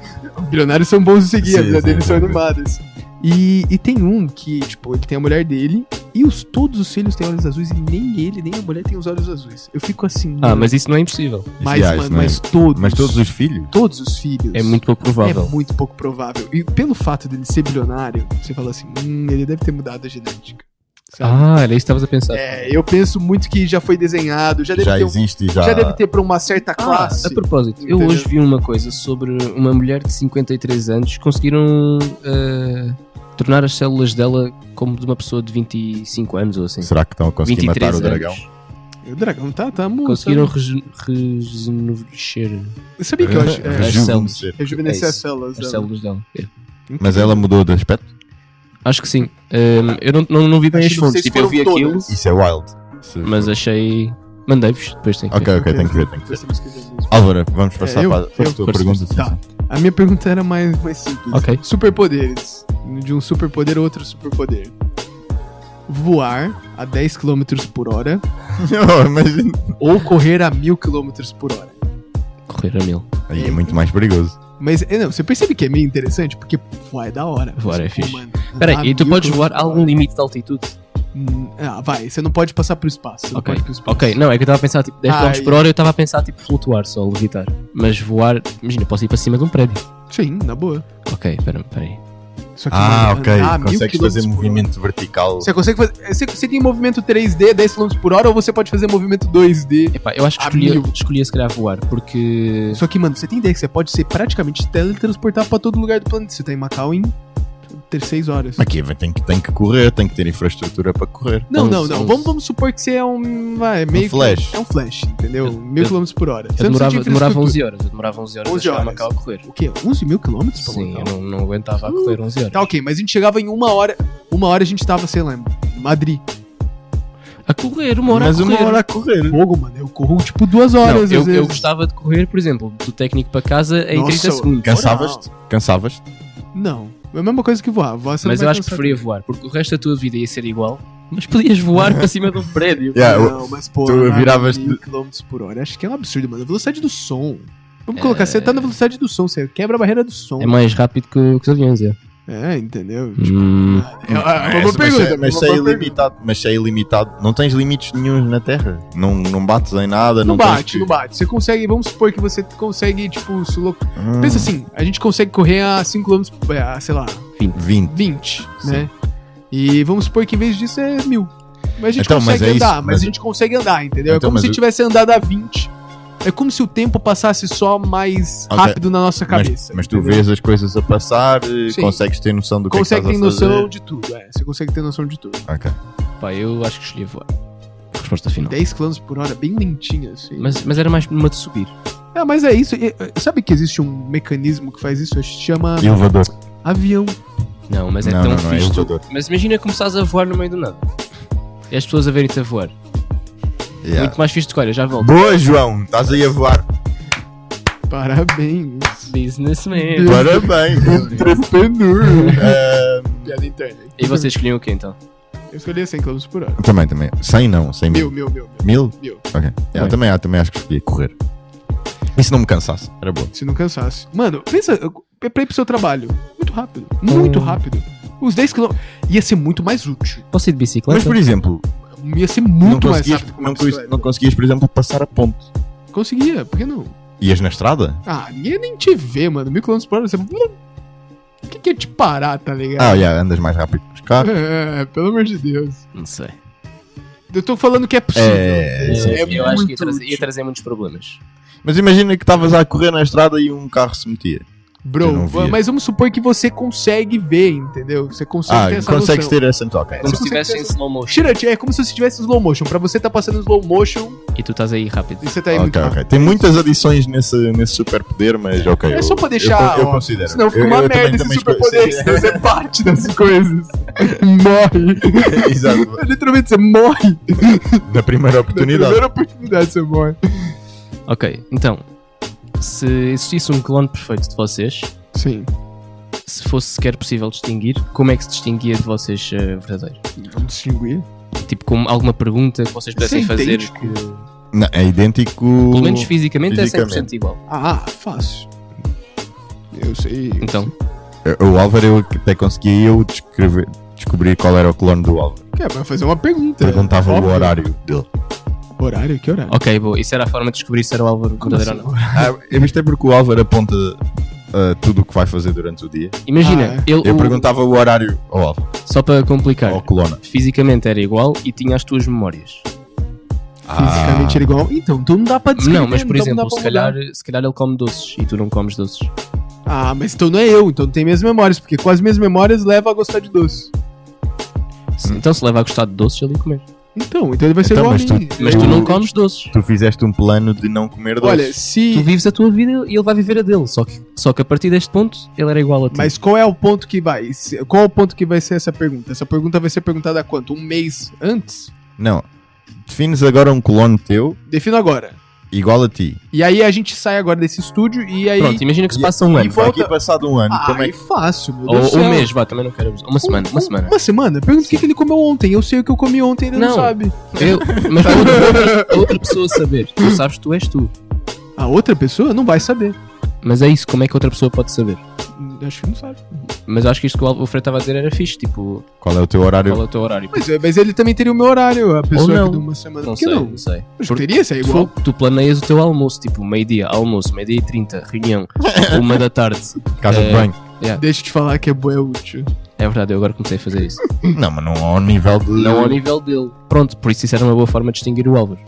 Speaker 2: Bilionários são bons de seguir, a
Speaker 1: Sim,
Speaker 2: vida
Speaker 1: sim,
Speaker 2: deles são
Speaker 1: sim.
Speaker 2: animadas. E, e tem um que, tipo, ele tem a mulher dele e os, todos os filhos têm olhos azuis e nem ele, nem a mulher tem os olhos azuis. Eu fico assim.
Speaker 3: Ah,
Speaker 2: mano,
Speaker 3: mas isso não é impossível.
Speaker 2: mas,
Speaker 1: Yeah,
Speaker 2: mano,
Speaker 1: isso não é-
Speaker 2: mas todos.
Speaker 1: Mas todos os filhos?
Speaker 2: todos os filhos.
Speaker 3: É muito pouco provável.
Speaker 2: É muito pouco provável. E pelo fato dele ser bilionário, você fala assim, hum, ele deve ter mudado a genética. Sabe?
Speaker 3: Ah, era isso que estavas a pensar.
Speaker 2: É, eu penso muito que já foi desenhado, já deve
Speaker 1: Já
Speaker 2: ter, um-
Speaker 1: existe, já.
Speaker 2: já deve ter pra uma certa
Speaker 3: Ah,
Speaker 2: classe.
Speaker 3: a propósito, eu
Speaker 2: Entendeu?
Speaker 3: hoje vi uma coisa sobre uma mulher de 53 anos. Conseguiram eh, tornar as células dela como de uma pessoa de 25 anos ou assim.
Speaker 1: Será que estão a conseguir matar
Speaker 3: 23
Speaker 1: o
Speaker 3: anos.
Speaker 1: dragão?
Speaker 2: O dragão tá, tá morto.
Speaker 3: Conseguiram rege- rejuvenescer
Speaker 2: Eu sabia que eu acho. É,
Speaker 3: Reju-
Speaker 1: Rejuvenescer.
Speaker 2: rejuvenescer
Speaker 3: é
Speaker 2: as
Speaker 3: isso.
Speaker 2: células. né? dela.
Speaker 3: as células dela. É.
Speaker 1: Mas ela mudou de aspecto?
Speaker 3: Acho que sim. Hum, eu não, não, não vi bem
Speaker 2: Acho
Speaker 3: as
Speaker 2: que não
Speaker 3: fontes.
Speaker 2: sei se
Speaker 3: Tipo, eu vi
Speaker 2: foram
Speaker 3: aquilo,
Speaker 2: todas.
Speaker 1: Isso é wild. Se-
Speaker 3: mas achei. Mandei-vos, depois tem que
Speaker 1: Ok,
Speaker 3: ver.
Speaker 1: ok, tenho que ver, tenho que ver.
Speaker 2: Depois temos que ver mesmo.
Speaker 1: Álvaro, vamos passar
Speaker 2: É, eu-
Speaker 1: para para a
Speaker 2: eu-
Speaker 1: tua
Speaker 3: força,
Speaker 1: pergunta.
Speaker 2: Tá. A minha pergunta era mais, mais simples.
Speaker 3: Ok.
Speaker 2: Superpoderes. De um superpoder a outro superpoder. Voar a 10 km por hora
Speaker 1: <laughs> Oh, mas
Speaker 2: ou correr a 1000 km por hora.
Speaker 3: Correr a mil.
Speaker 1: aí é muito mais perigoso.
Speaker 2: Mas é, não, você percebe que é meio interessante porque voar é da hora.
Speaker 3: Voar
Speaker 2: Mas,
Speaker 3: é fixe.
Speaker 2: mano, tá
Speaker 3: Espera
Speaker 2: a
Speaker 3: aí, e tu
Speaker 2: 1000
Speaker 3: podes
Speaker 2: km
Speaker 3: voar
Speaker 2: por
Speaker 3: a
Speaker 2: hora.
Speaker 3: algum limite de altitude?
Speaker 2: Hum, Ah, vai, você não pode passar pro espaço. Você não
Speaker 3: Ok,
Speaker 2: pode pro espaço.
Speaker 3: ok, não, é que eu estava a pensar tipo 10
Speaker 2: Ah,
Speaker 3: km por hora, eu estava a pensar tipo flutuar só, levitar. Mas voar, imagina, eu posso ir para cima de um prédio.
Speaker 2: Sim, na boa.
Speaker 3: Ok, espera espera aí.
Speaker 2: Só que,
Speaker 1: Ah,
Speaker 2: mano,
Speaker 1: ok.
Speaker 2: andar 1000
Speaker 1: Consegues
Speaker 2: km
Speaker 1: fazer
Speaker 2: por hora. é
Speaker 1: movimento vertical.
Speaker 2: Você consegue fazer. Você, você tem movimento 3D, 10 km por hora, ou você pode fazer movimento 2D.
Speaker 3: Epá, eu acho que
Speaker 2: A
Speaker 3: escolhia,
Speaker 2: mil.
Speaker 3: escolhia se calhar voar, porque.
Speaker 2: Só que, mano, você tem ideia que você pode ser praticamente teletransportado pra todo lugar do planeta. Você tá em Macau em 6 horas.
Speaker 1: Aqui vai- tem que, tem que correr, tem que ter infraestrutura para correr.
Speaker 2: Não,
Speaker 3: Uns-
Speaker 2: não, não.
Speaker 3: uns-
Speaker 2: Vamos, vamos supor que você é um. Vai, meio.
Speaker 1: flash.
Speaker 2: É um flash, entendeu?
Speaker 3: Eu-
Speaker 2: mil
Speaker 3: eu-
Speaker 2: quilômetros por hora.
Speaker 3: Eu demorava, demorava
Speaker 2: infraestrutura.
Speaker 3: 11 horas, eu demorava 11 horas
Speaker 2: 11
Speaker 3: a chegar a
Speaker 2: horas.
Speaker 3: Macau a correr.
Speaker 2: O quê? 11 mil quilômetros pra
Speaker 3: Sim, eu
Speaker 2: Macau?
Speaker 3: não, Uh, não aguentava a correr 11 horas.
Speaker 2: Tá ok, mas a gente chegava em uma hora. Uma hora a gente tava, sei lá, em Madrid.
Speaker 3: A correr, uma hora
Speaker 1: mas
Speaker 3: a correr.
Speaker 1: uma hora a correr.
Speaker 2: Fogo, mano. Eu corro tipo duas
Speaker 3: Não,
Speaker 2: horas. às
Speaker 3: eu,
Speaker 2: vezes.
Speaker 3: eu gostava de correr, por exemplo, do técnico para casa em
Speaker 2: Nossa,
Speaker 3: 30 segundos.
Speaker 1: Cansavas-te? Cansavas-te?
Speaker 2: Não. É a mesma coisa que voar. voar você não
Speaker 3: Mas
Speaker 2: vai
Speaker 3: eu acho que
Speaker 2: cansar.
Speaker 3: preferia voar, porque o resto da tua vida ia ser igual, mas podias voar <laughs> para cima de um prédio.
Speaker 1: Yeah, eu-
Speaker 2: não, mas pô,
Speaker 1: tu
Speaker 2: andar
Speaker 1: viravas-
Speaker 2: 1000 km por hora. Acho que é um absurdo, mano. A velocidade do som. Vamos colocar, você tá na velocidade do som, você quebra a barreira do som.
Speaker 3: É mais rápido que, que os aviões, é.
Speaker 2: É, entendeu?
Speaker 3: Hum,
Speaker 2: É, é uma boa
Speaker 1: Mas- mas-
Speaker 2: pergunta,
Speaker 1: Mas se é
Speaker 2: uma boa pergunta.
Speaker 1: ilimitado. Mas se é ilimitado. Não tens limites nenhum na Terra. Não, não bates em nada. Não,
Speaker 2: Não
Speaker 1: tens
Speaker 2: bate,
Speaker 1: que-
Speaker 2: não bate. Você consegue, vamos supor que você consegue, tipo, se louco.
Speaker 1: Hum,
Speaker 2: Pensa assim, a gente consegue correr a 5 km, é, a, sei lá,
Speaker 1: 20.
Speaker 2: 20,
Speaker 1: Sim.
Speaker 2: né? E vamos supor que em vez disso é mil. Mas a gente
Speaker 1: Então, mas
Speaker 2: consegue
Speaker 1: é isso,
Speaker 2: andar, mas,
Speaker 1: mas-
Speaker 2: a gente consegue andar, entendeu?
Speaker 1: Então,
Speaker 2: é como
Speaker 1: mas
Speaker 2: se
Speaker 1: eu-
Speaker 2: tivesse andado a 20. É como se o tempo passasse só mais
Speaker 1: Ok,
Speaker 2: rápido na nossa cabeça.
Speaker 1: Mas, mas tu
Speaker 2: entendeu?
Speaker 1: vês as coisas a passar, eh,
Speaker 2: Sim.
Speaker 1: consegues ter noção do
Speaker 2: Consegue
Speaker 1: que é
Speaker 2: ter
Speaker 1: que estás a
Speaker 2: noção
Speaker 1: fazer.
Speaker 2: de tudo, é. Você consegue ter noção de tudo.
Speaker 1: Ok.
Speaker 3: pá, eu acho que escolhi voar. Resposta final.
Speaker 2: 10 km por hora, bem lentinho, assim.
Speaker 3: Mas, mas era mais numa de subir.
Speaker 2: É, mas é isso. E, e, Sabe que existe um mecanismo que faz isso? Chama
Speaker 1: Elevador.
Speaker 2: avião.
Speaker 3: Não, mas é
Speaker 1: Não,
Speaker 3: tão
Speaker 1: não, não, é
Speaker 3: fixe. tu-
Speaker 1: elevador.
Speaker 3: Mas imagina começares a voar no meio do nada. E as pessoas a verem-te a voar.
Speaker 1: Yeah.
Speaker 3: Muito mais fixe do que olha,
Speaker 1: <laughs>
Speaker 3: já volto.
Speaker 1: Boa, João! Estás aí a voar.
Speaker 2: <laughs> Parabéns.
Speaker 3: Businessman.
Speaker 1: Parabéns!
Speaker 2: Um Entrepreneur.
Speaker 1: Eh,
Speaker 2: Piada interna.
Speaker 3: E vocês escolhiam o quê então?
Speaker 2: Eu escolhi 100 km por hora.
Speaker 1: também, também. 100 não, 100 mil.
Speaker 2: Meu, meu, meu, meu.
Speaker 1: Mil?
Speaker 2: Mil.
Speaker 1: Ok. Yeah,
Speaker 3: Bem.
Speaker 1: também, ah, também acho que escolhi correr. E se não me cansasse? Era bom.
Speaker 2: Se não cansasse. Mano, pensa, eu- é pra ir pro seu trabalho. Muito rápido. Muito
Speaker 3: Hum.
Speaker 2: rápido. Os 10 km ia ser muito mais útil.
Speaker 3: Posso ir de
Speaker 1: Mas,
Speaker 3: bicicleta?
Speaker 1: por exemplo,
Speaker 2: Ia ser
Speaker 1: não
Speaker 2: muito mais
Speaker 1: conseguias,
Speaker 2: rápido. é que uma
Speaker 1: não, cons-
Speaker 2: bicicleta.
Speaker 1: não conseguias, por exemplo, passar a ponte.
Speaker 2: Conseguia, por que não?
Speaker 1: Ias na estrada?
Speaker 2: Ah, ninguém nem te vê, mano. Mil quilômetros por hora, você. "Hum, O que, que é te parar, tá
Speaker 1: Ah,
Speaker 2: ligado?
Speaker 1: yeah, andas mais rápido que os carros.
Speaker 2: <laughs> É, pelo amor de Deus.
Speaker 3: Não sei.
Speaker 2: Eu tô falando que é possível.
Speaker 1: É,
Speaker 2: Isso é
Speaker 3: eu acho que ia
Speaker 2: muito
Speaker 3: trazer, ia
Speaker 2: útil.
Speaker 3: trazer muitos problemas.
Speaker 1: Mas imagina que estavas a correr na estrada e um carro se metia. Eu
Speaker 2: Bro,
Speaker 1: não via.
Speaker 2: mas vamos supor que você consegue ver, entendeu? Você consegue ter
Speaker 1: Ah,
Speaker 2: essa
Speaker 1: consegues
Speaker 2: noção.
Speaker 1: ter essa noção. Ok.
Speaker 3: Como se
Speaker 2: com
Speaker 3: estivesse em
Speaker 2: certeza.
Speaker 3: slow motion
Speaker 2: Tira, é como se você estivesse em slow motion. Pra você tá passando em slow motion
Speaker 3: e tu estás aí rápido.
Speaker 2: e você tá aí muito
Speaker 1: Ok,
Speaker 2: rápido.
Speaker 1: ok. Tem muitas adições nesse, nesse superpoder, mas ok.
Speaker 2: É
Speaker 1: eu-
Speaker 2: só pra deixar,
Speaker 1: Eu, eu
Speaker 2: ó,
Speaker 1: considero.
Speaker 2: Senão fica
Speaker 1: Eu-
Speaker 2: uma
Speaker 1: eu também-
Speaker 2: merda esse
Speaker 1: também
Speaker 2: superpoder.
Speaker 1: escolho- <laughs>
Speaker 2: Você é parte dessas coisas. morre.
Speaker 1: <laughs> Exato.
Speaker 2: Literalmente, você morre.
Speaker 1: Na
Speaker 2: <laughs>
Speaker 1: primeira
Speaker 2: Na
Speaker 1: oportunidade.
Speaker 2: primeira oportunidade, você morre.
Speaker 3: Ok, então. Se existisse um clone perfeito de vocês,
Speaker 2: Sim.
Speaker 3: se fosse sequer possível distinguir, como é que se distinguia de vocês eh, verdadeiro?
Speaker 2: Vamos distinguir.
Speaker 3: Tipo, com alguma pergunta que vocês pudessem
Speaker 2: Isso é
Speaker 3: fazer
Speaker 2: idêntico.
Speaker 3: que,
Speaker 1: Não, é idêntico.
Speaker 3: pelo menos fisicamente, é 100%
Speaker 1: Fisicamente.
Speaker 3: igual.
Speaker 2: Ah, fácil. Eu sei.
Speaker 3: Então,
Speaker 1: O Álvaro, eu até consegui eu descrever- descobrir qual era o clone do Álvaro.
Speaker 2: É, vai fazer uma pergunta.
Speaker 1: Perguntava o
Speaker 2: Óbvio.
Speaker 1: horário dele.
Speaker 2: Horário? Que horário?
Speaker 3: ok, boa. Isso era a forma de descobrir se era o Álvaro verdadeiro ou não.
Speaker 2: assim?
Speaker 1: Ah, eu isto é porque o Álvaro aponta ah, tudo o que vai fazer durante o dia.
Speaker 3: Imagina,
Speaker 2: Ah,
Speaker 3: ele,
Speaker 1: Eu
Speaker 3: o-
Speaker 1: perguntava o horário ao Álvaro,
Speaker 3: só para complicar,
Speaker 1: ao clone.
Speaker 3: fisicamente era igual e tinha as tuas memórias.
Speaker 2: Fisicamente era igual. Então, então não dá pra descrever.
Speaker 3: Ah. não, mas por
Speaker 2: então dá
Speaker 3: exemplo,
Speaker 2: pra
Speaker 3: se
Speaker 2: mudar.
Speaker 3: calhar, se calhar ele come doces e tu não comes doces.
Speaker 2: Ah, mas então não é eu, então não tem minhas memórias, porque com as minhas memórias leva a gostar de doce.
Speaker 3: Se- Então se leva a gostar de doces, ele ia comer.
Speaker 2: Então, então ele vai ser
Speaker 1: Então,
Speaker 2: igual a
Speaker 1: mas
Speaker 2: mim.
Speaker 3: Mas tu não comes doces.
Speaker 1: Tu fizeste um plano de não comer doce.
Speaker 2: Olha,
Speaker 3: Tu
Speaker 2: se.
Speaker 3: vives a tua vida e ele vai viver a dele. Só que, só que a partir deste ponto, ele era igual a ti.
Speaker 2: Mas qual é o ponto que vai? se- Qual é o ponto que vai ser essa pergunta? Essa pergunta vai ser perguntada há quanto? Um mês antes?
Speaker 1: Não. Defines agora um clone teu
Speaker 2: Defino agora.
Speaker 1: igual a ti.
Speaker 2: E aí a gente sai agora desse estúdio e aí.
Speaker 3: Pronto, imagina que se
Speaker 1: E-
Speaker 3: passa um
Speaker 1: E
Speaker 3: ano.
Speaker 2: foi- volta-
Speaker 1: aqui passado um ano,
Speaker 2: Ah,
Speaker 1: como é
Speaker 2: aí fácil, meu Deus do
Speaker 3: Ou
Speaker 2: céu. Um-
Speaker 3: um mês, vá, também não quero abusar. Uma semana, uma
Speaker 2: <laughs>
Speaker 3: semana.
Speaker 2: Uma semana? Pergunta o que, que ele comeu ontem. Eu sei o que eu comi ontem, ele não,
Speaker 3: Não.
Speaker 2: sabe.
Speaker 3: Eu, mas para outra, para outra pessoa saber. Tu sabes que tu és tu.
Speaker 2: A outra pessoa não vai saber. Hum,
Speaker 3: Mas é isso, como é que outra pessoa pode saber?
Speaker 2: Acho que não sabe.
Speaker 3: Mas acho que isto que o Alfredo estava a dizer era fixe, tipo,
Speaker 1: Qual é o teu horário?
Speaker 3: qual é o teu horário?
Speaker 2: Mas, mas ele também teria o meu horário, a pessoa
Speaker 3: não.
Speaker 2: que deu uma semana.
Speaker 3: Não
Speaker 2: Por que
Speaker 3: sei,
Speaker 2: não?
Speaker 3: não, sei.
Speaker 2: Acho que
Speaker 3: Porque
Speaker 2: teria ser
Speaker 3: tu,
Speaker 2: igual.
Speaker 3: tu planeias o teu almoço, tipo, meio-dia, almoço, meio-dia e trinta,
Speaker 2: <laughs>
Speaker 3: reunião, uma da tarde.
Speaker 1: Casa de
Speaker 3: É.
Speaker 1: banho?
Speaker 2: Deixa eu te falar que é boa, é útil.
Speaker 3: É verdade, eu agora comecei a fazer isso.
Speaker 1: Não, mas não ao nível de.
Speaker 3: Não ao nível dele. Pronto, por isso isso era uma boa forma de distinguir o Álvaro.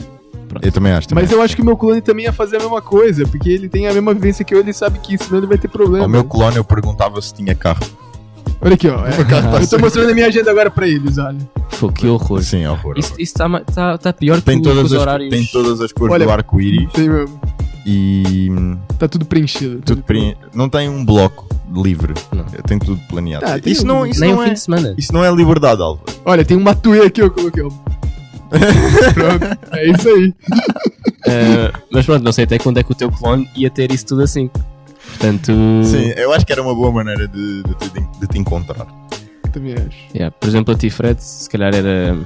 Speaker 1: Eu também acho. Também.
Speaker 2: Mas eu acho que o meu clone também ia fazer a mesma coisa, porque ele tem a mesma vivência que eu, ele sabe que senão ele vai ter problema.
Speaker 1: Ao meu clone eu perguntava se tinha carro.
Speaker 2: Olha aqui,
Speaker 3: <laughs>
Speaker 2: ó. é. eu tô mostrando a minha agenda agora pra eles, olha.
Speaker 3: Foi que horror.
Speaker 1: Sim, horror.
Speaker 3: Isso está tá, tá pior que
Speaker 1: Tem
Speaker 3: o-
Speaker 1: todas,
Speaker 3: os
Speaker 1: as,
Speaker 3: horários.
Speaker 1: tem todas as cores
Speaker 2: Olha-
Speaker 1: do arco-íris
Speaker 2: Tem mesmo.
Speaker 1: e hum,
Speaker 2: Tá tudo preenchido.
Speaker 1: tudo preen- não tem um bloco livre.
Speaker 3: Não.
Speaker 1: Tem tudo planeado.
Speaker 2: Tá, tem
Speaker 1: isso,
Speaker 2: um-
Speaker 1: não, isso,
Speaker 3: Nem
Speaker 1: não
Speaker 3: o
Speaker 1: é,
Speaker 3: fim de semana.
Speaker 1: isso não é liberdade, Álvaro.
Speaker 2: Olha, tem uma tuia aqui, eu coloquei, ó. Pronto, é isso aí.
Speaker 3: <laughs> Eh, mas pronto, não sei até quando é que o teu clone ia ter isso tudo assim. Portanto,
Speaker 2: Hum.
Speaker 1: Sim, eu acho que era uma boa maneira de, de te, de te encontrar.
Speaker 2: Também acho.
Speaker 3: yeah, por exemplo, a ti, Fred, se calhar era.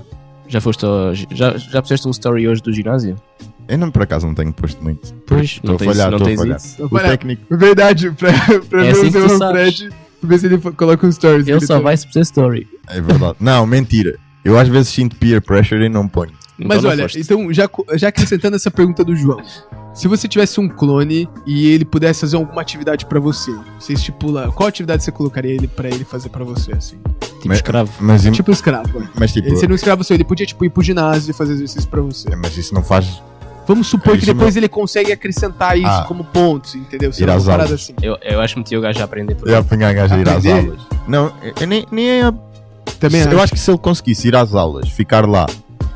Speaker 3: Já foste ao, Já, já puseste um story hoje do ginásio?
Speaker 1: Eu não, por acaso não tenho posto muito.
Speaker 3: Pois,
Speaker 1: Estou a falhar,
Speaker 3: não
Speaker 1: estou a
Speaker 3: tens
Speaker 1: falhar.
Speaker 3: isso.
Speaker 2: Então,
Speaker 1: O
Speaker 2: vai lá.
Speaker 1: técnico.
Speaker 2: Verdade, pra, <laughs> pra
Speaker 3: É
Speaker 2: ver
Speaker 3: assim
Speaker 2: o
Speaker 3: que
Speaker 2: seu
Speaker 3: tu sabes.
Speaker 2: Fred, ver se ele fo- coloca um stories.
Speaker 3: Ele só vai se puser story.
Speaker 1: É verdade. não, mentira. Eu às vezes sinto peer pressure e não ponho.
Speaker 2: Mas
Speaker 3: Então não
Speaker 2: olha,
Speaker 3: foste.
Speaker 2: então, já, co- já acrescentando essa pergunta do João. Se você tivesse um clone e ele pudesse fazer alguma atividade pra você, você estipula qual atividade você colocaria ele para ele fazer pra você, assim?
Speaker 3: tipo
Speaker 1: Mas-
Speaker 3: escravo.
Speaker 1: Mas, im-
Speaker 2: Tipo escravo. né?
Speaker 1: mas tipo. é,
Speaker 2: Ele seria um escravo seu, ele podia tipo, ir pro ginásio e fazer exercício pra você.
Speaker 1: Mas isso não faz
Speaker 2: Vamos supor
Speaker 1: É
Speaker 2: que
Speaker 1: isso
Speaker 2: depois ele consegue acrescentar isso
Speaker 1: Ah.
Speaker 2: como pontos, entendeu? Sei
Speaker 1: Ir
Speaker 2: lá,
Speaker 1: às
Speaker 2: uma parada
Speaker 1: aulas.
Speaker 2: assim.
Speaker 3: Eu, eu acho que meti o gajo a aprender por
Speaker 1: Eu apanhar a gaja a ir às
Speaker 2: Aprender?
Speaker 1: aulas. Não, eu- eu nem, nem é.
Speaker 2: Ah, Também
Speaker 1: eu
Speaker 2: acho.
Speaker 1: acho que se ele conseguisse ir às aulas, ficar lá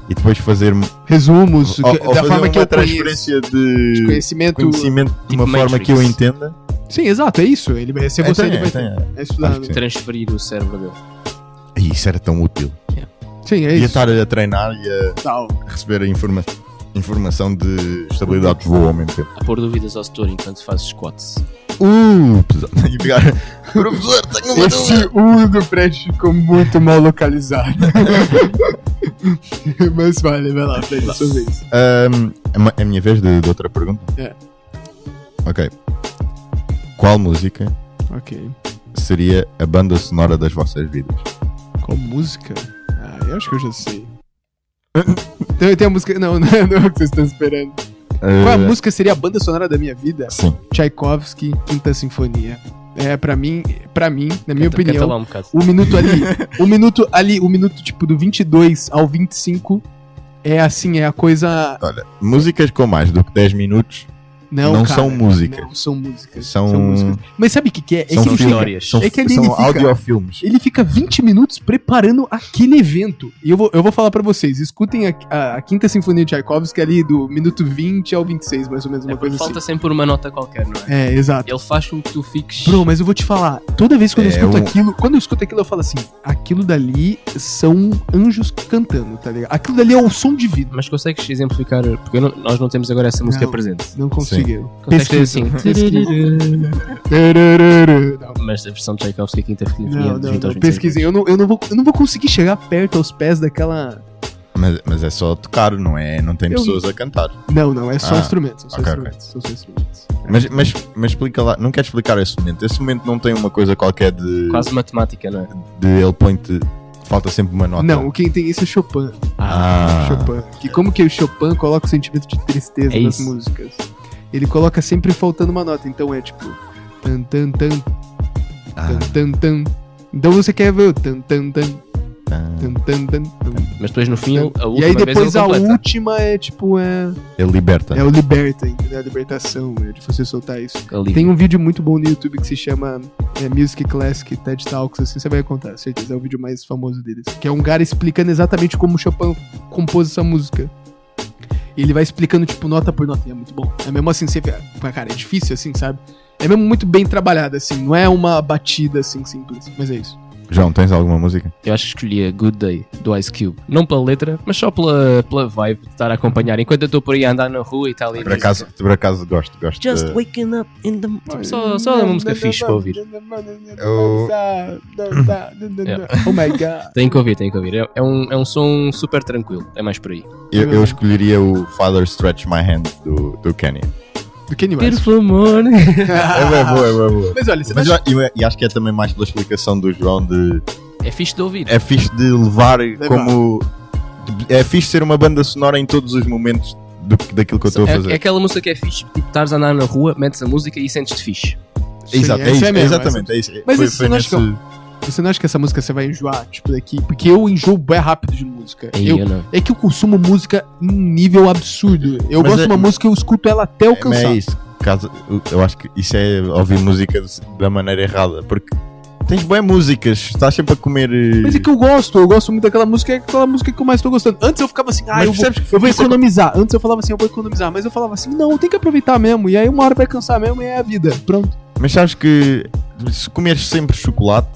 Speaker 1: e depois fazer.
Speaker 2: Resumos,
Speaker 1: ou-
Speaker 2: que-
Speaker 1: ou
Speaker 2: da
Speaker 1: fazer
Speaker 2: forma
Speaker 1: uma
Speaker 2: que eu conheço.
Speaker 1: transferência
Speaker 2: de
Speaker 1: de
Speaker 2: Conhecimento.
Speaker 1: conhecimento de uma
Speaker 3: Tipo
Speaker 1: forma que eu
Speaker 3: Matrix.
Speaker 1: entenda.
Speaker 2: Sim, exato, é isso. Ele vai ser
Speaker 1: Então
Speaker 2: você,
Speaker 1: é,
Speaker 2: ele vai
Speaker 1: então é.
Speaker 2: é estudar.
Speaker 1: Acho que
Speaker 2: né?
Speaker 3: transferir o cérebro dele.
Speaker 1: Ih, é. Isso era tão útil.
Speaker 2: Sim, é
Speaker 1: Ia
Speaker 2: isso.
Speaker 1: estar a treinar e a
Speaker 2: Tal.
Speaker 1: receber a informa informação de estabilidade de voo ao mesmo tempo. <laughs>
Speaker 3: A pôr dúvidas ao setor enquanto fazes squats.
Speaker 1: Uh, pesado. E
Speaker 2: <laughs>
Speaker 1: pegar. Professor, tenho uma
Speaker 2: Esse
Speaker 1: dúvida.
Speaker 2: <laughs> U do Fred ficou muito mal
Speaker 1: <laughs>
Speaker 2: localizado. Mas vale, vai lá, Fred, sua vez.
Speaker 1: Ahm, é ma- é a minha vez de, de outra pergunta?
Speaker 2: É.
Speaker 1: Ok. Qual música
Speaker 2: Ok.
Speaker 1: seria a banda sonora das vossas vidas?
Speaker 2: Qual música? Ah, eu acho que eu já sei. Tem, tem a música. Não, <laughs> não é não é o que vocês estão esperando. Qual a
Speaker 1: Ah,
Speaker 2: música seria a banda sonora da minha vida?
Speaker 1: Sim.
Speaker 2: Tchaikovsky, Quinta Sinfonia. É, pra mim, pra mim, na minha
Speaker 3: Canta- canta
Speaker 2: opinião,
Speaker 3: lá um bocado.
Speaker 2: O minuto ali, o minuto ali, o minuto tipo do 22 ao 25 é assim, é a coisa
Speaker 1: Músicas com mais do que 10 minutos
Speaker 2: não,
Speaker 1: Não
Speaker 2: cara,
Speaker 1: são músicas.
Speaker 2: Não são músicas.
Speaker 1: são.
Speaker 2: músicas. Mas sabe o que, que é? É
Speaker 1: São
Speaker 2: que ele fica,
Speaker 3: histórias.
Speaker 1: São,
Speaker 2: É que ali
Speaker 1: são
Speaker 2: ele fica-
Speaker 1: audiofilmes.
Speaker 2: ele fica 20 minutos preparando aquele evento. E eu vou, eu vou falar pra vocês, escutem a, a, a Quinta Sinfonia de Tchaikovsky ali do minuto 20 ao 26, mais ou menos, uma
Speaker 3: É
Speaker 2: coisa
Speaker 3: porque
Speaker 2: assim.
Speaker 3: falta sempre uma nota qualquer, não é?
Speaker 2: É, exato.
Speaker 3: Ele faz com que tu fiques.
Speaker 2: Bro, mas eu vou te falar, toda vez que eu
Speaker 1: É,
Speaker 2: escuto
Speaker 1: um-
Speaker 2: aquilo, quando eu escuto aquilo eu falo assim, aquilo dali são anjos cantando, tá ligado? Aquilo dali é o som divino.
Speaker 3: Mas consegues exemplificar? Porque eu não- nós não temos agora essa música
Speaker 2: Não.
Speaker 3: presente.
Speaker 2: Não conseguiu.
Speaker 3: Consegues dizer assim?
Speaker 2: Tararara. Não,
Speaker 3: Mas a versão de Tchaikovsky é quinta fica
Speaker 2: Não, não,
Speaker 1: tá
Speaker 2: não. Pesquisem. Eu não, eu, não vou, eu não vou conseguir chegar perto aos pés daquela.
Speaker 1: Mas, mas é só tocar, não é? Não tem
Speaker 2: Eu-
Speaker 1: pessoas a cantar.
Speaker 2: Não, não. É só
Speaker 1: Ah,
Speaker 2: instrumentos. São só
Speaker 1: ok,
Speaker 2: instrumentos. São só instrumentos.
Speaker 1: Mas, mas, mas explica lá, não quero explicar esse momento. Esse momento não tem uma coisa qualquer de.
Speaker 3: Quase matemática, não é?
Speaker 1: de ele põe-te. Falta sempre uma nota.
Speaker 2: Não, quem tem isso é Chopin.
Speaker 1: Ah,
Speaker 2: Chopin. Que como que o Chopin coloca o sentimento de tristeza
Speaker 3: É
Speaker 2: nas
Speaker 3: isso.
Speaker 2: músicas? Ele coloca sempre faltando uma nota. Então é tipo. Tan, tan, tan,
Speaker 1: ah.
Speaker 2: tan, tan, tan. Então você quer ver o tan, tan, tan.
Speaker 1: Ah,
Speaker 2: Tan, tan, tan, tan.
Speaker 3: Mas depois no fim, ele- a
Speaker 2: E
Speaker 3: última
Speaker 2: aí
Speaker 3: vez
Speaker 2: depois
Speaker 3: ele
Speaker 2: a
Speaker 3: completa.
Speaker 2: última é tipo, é,
Speaker 1: ele liberta.
Speaker 2: é o liberta, entendeu? A libertação, é de você soltar isso.
Speaker 3: Ali.
Speaker 2: Tem um vídeo muito bom no YouTube que se chama é, Music Classic TED Talks, assim você vai encontrar, certeza. É o vídeo mais famoso deles. Que é um cara explicando exatamente como o Chopin compôs essa música. E ele vai explicando, tipo, nota por nota, e é muito bom. É mesmo assim, você vê, ah, cara, é difícil assim, sabe? É mesmo muito bem trabalhado, assim, não é uma batida assim simples, mas é isso.
Speaker 1: João, tens alguma música?
Speaker 3: Eu acho que escolhi a Good Day do Ice Cube. Não pela letra, mas só pela, pela vibe de estar a acompanhar. Enquanto eu estou por aí a andar na rua e tá tal.
Speaker 1: Por acaso, por acaso gosto, gosto.
Speaker 3: Just
Speaker 1: de-
Speaker 3: waking up in the. Tipo, só, só uma música fixe para ouvir.
Speaker 1: Eu-
Speaker 2: Oh my god.
Speaker 3: Tem que ouvir, tem que ouvir. É, é um, é um som super tranquilo. É mais por aí.
Speaker 1: eu, eu escolheria o Father Stretch My Hand do, do Kenny.
Speaker 2: Do Kenny West.
Speaker 3: Beautiful morning.
Speaker 1: É bem boa, é bem boa.
Speaker 2: <laughs> Mas olha, você
Speaker 1: Mas
Speaker 2: tá...
Speaker 1: eu- eu- e acho que é também mais pela explicação do João de.
Speaker 3: É fixe de ouvir.
Speaker 1: É fixe de levar como. É fixe ser uma banda sonora em todos os momentos do, daquilo que eu estou a
Speaker 3: É-
Speaker 1: fazer.
Speaker 3: É, aquela música que é fixe, tipo, estás a andar na rua, metes a música e sentes-te fixe.
Speaker 2: Sim,
Speaker 1: Exato, é
Speaker 2: essa
Speaker 1: isso,
Speaker 2: é mesmo,
Speaker 1: exatamente, é isso.
Speaker 2: Mas isso não acho que Você não acha que essa música você vai enjoar, tipo, daqui? Porque eu enjoo bem rápido de música.
Speaker 3: E
Speaker 2: Eu,
Speaker 3: eu não.
Speaker 2: é que eu consumo música em um nível absurdo. Eu
Speaker 1: Mas
Speaker 2: gosto
Speaker 1: é-
Speaker 2: de uma música, eu escuto ela até eu
Speaker 1: Mas
Speaker 2: cansar.
Speaker 1: é isso. Caso, eu- eu acho que isso é ouvir música de- da maneira errada, porque tens boas músicas, estás sempre a comer. eh,
Speaker 2: Mas é que eu gosto, eu gosto muito daquela música, é aquela música que eu mais tô gostando. Antes eu ficava assim, ah,
Speaker 1: Mas
Speaker 2: eu vou,
Speaker 1: percebes que
Speaker 2: eu vou
Speaker 1: isso é-
Speaker 2: economizar. Antes eu falava assim, eu vou economizar. Mas eu falava assim, não, tem que aproveitar mesmo. E aí uma hora vai cansar mesmo e é a vida. Pronto.
Speaker 1: Mas sabes que se comeres sempre chocolate,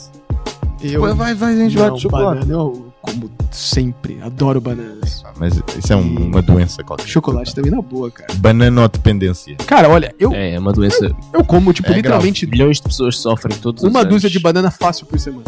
Speaker 2: Eu
Speaker 1: vai, vai enjoar de chocolate.
Speaker 2: banana, eu como sempre, adoro bananas.
Speaker 1: Ah, Mas isso é um-
Speaker 2: E-
Speaker 1: uma doença qualquer.
Speaker 2: Chocolate também na boa, cara.
Speaker 1: Bananodependência.
Speaker 2: Cara, olha, eu,
Speaker 3: É, é uma doença.
Speaker 2: eu como, tipo,
Speaker 1: É grave.
Speaker 2: literalmente
Speaker 3: Milhões de pessoas sofrem todos os
Speaker 2: Uma
Speaker 3: anos.
Speaker 2: dúzia de banana fácil por semana.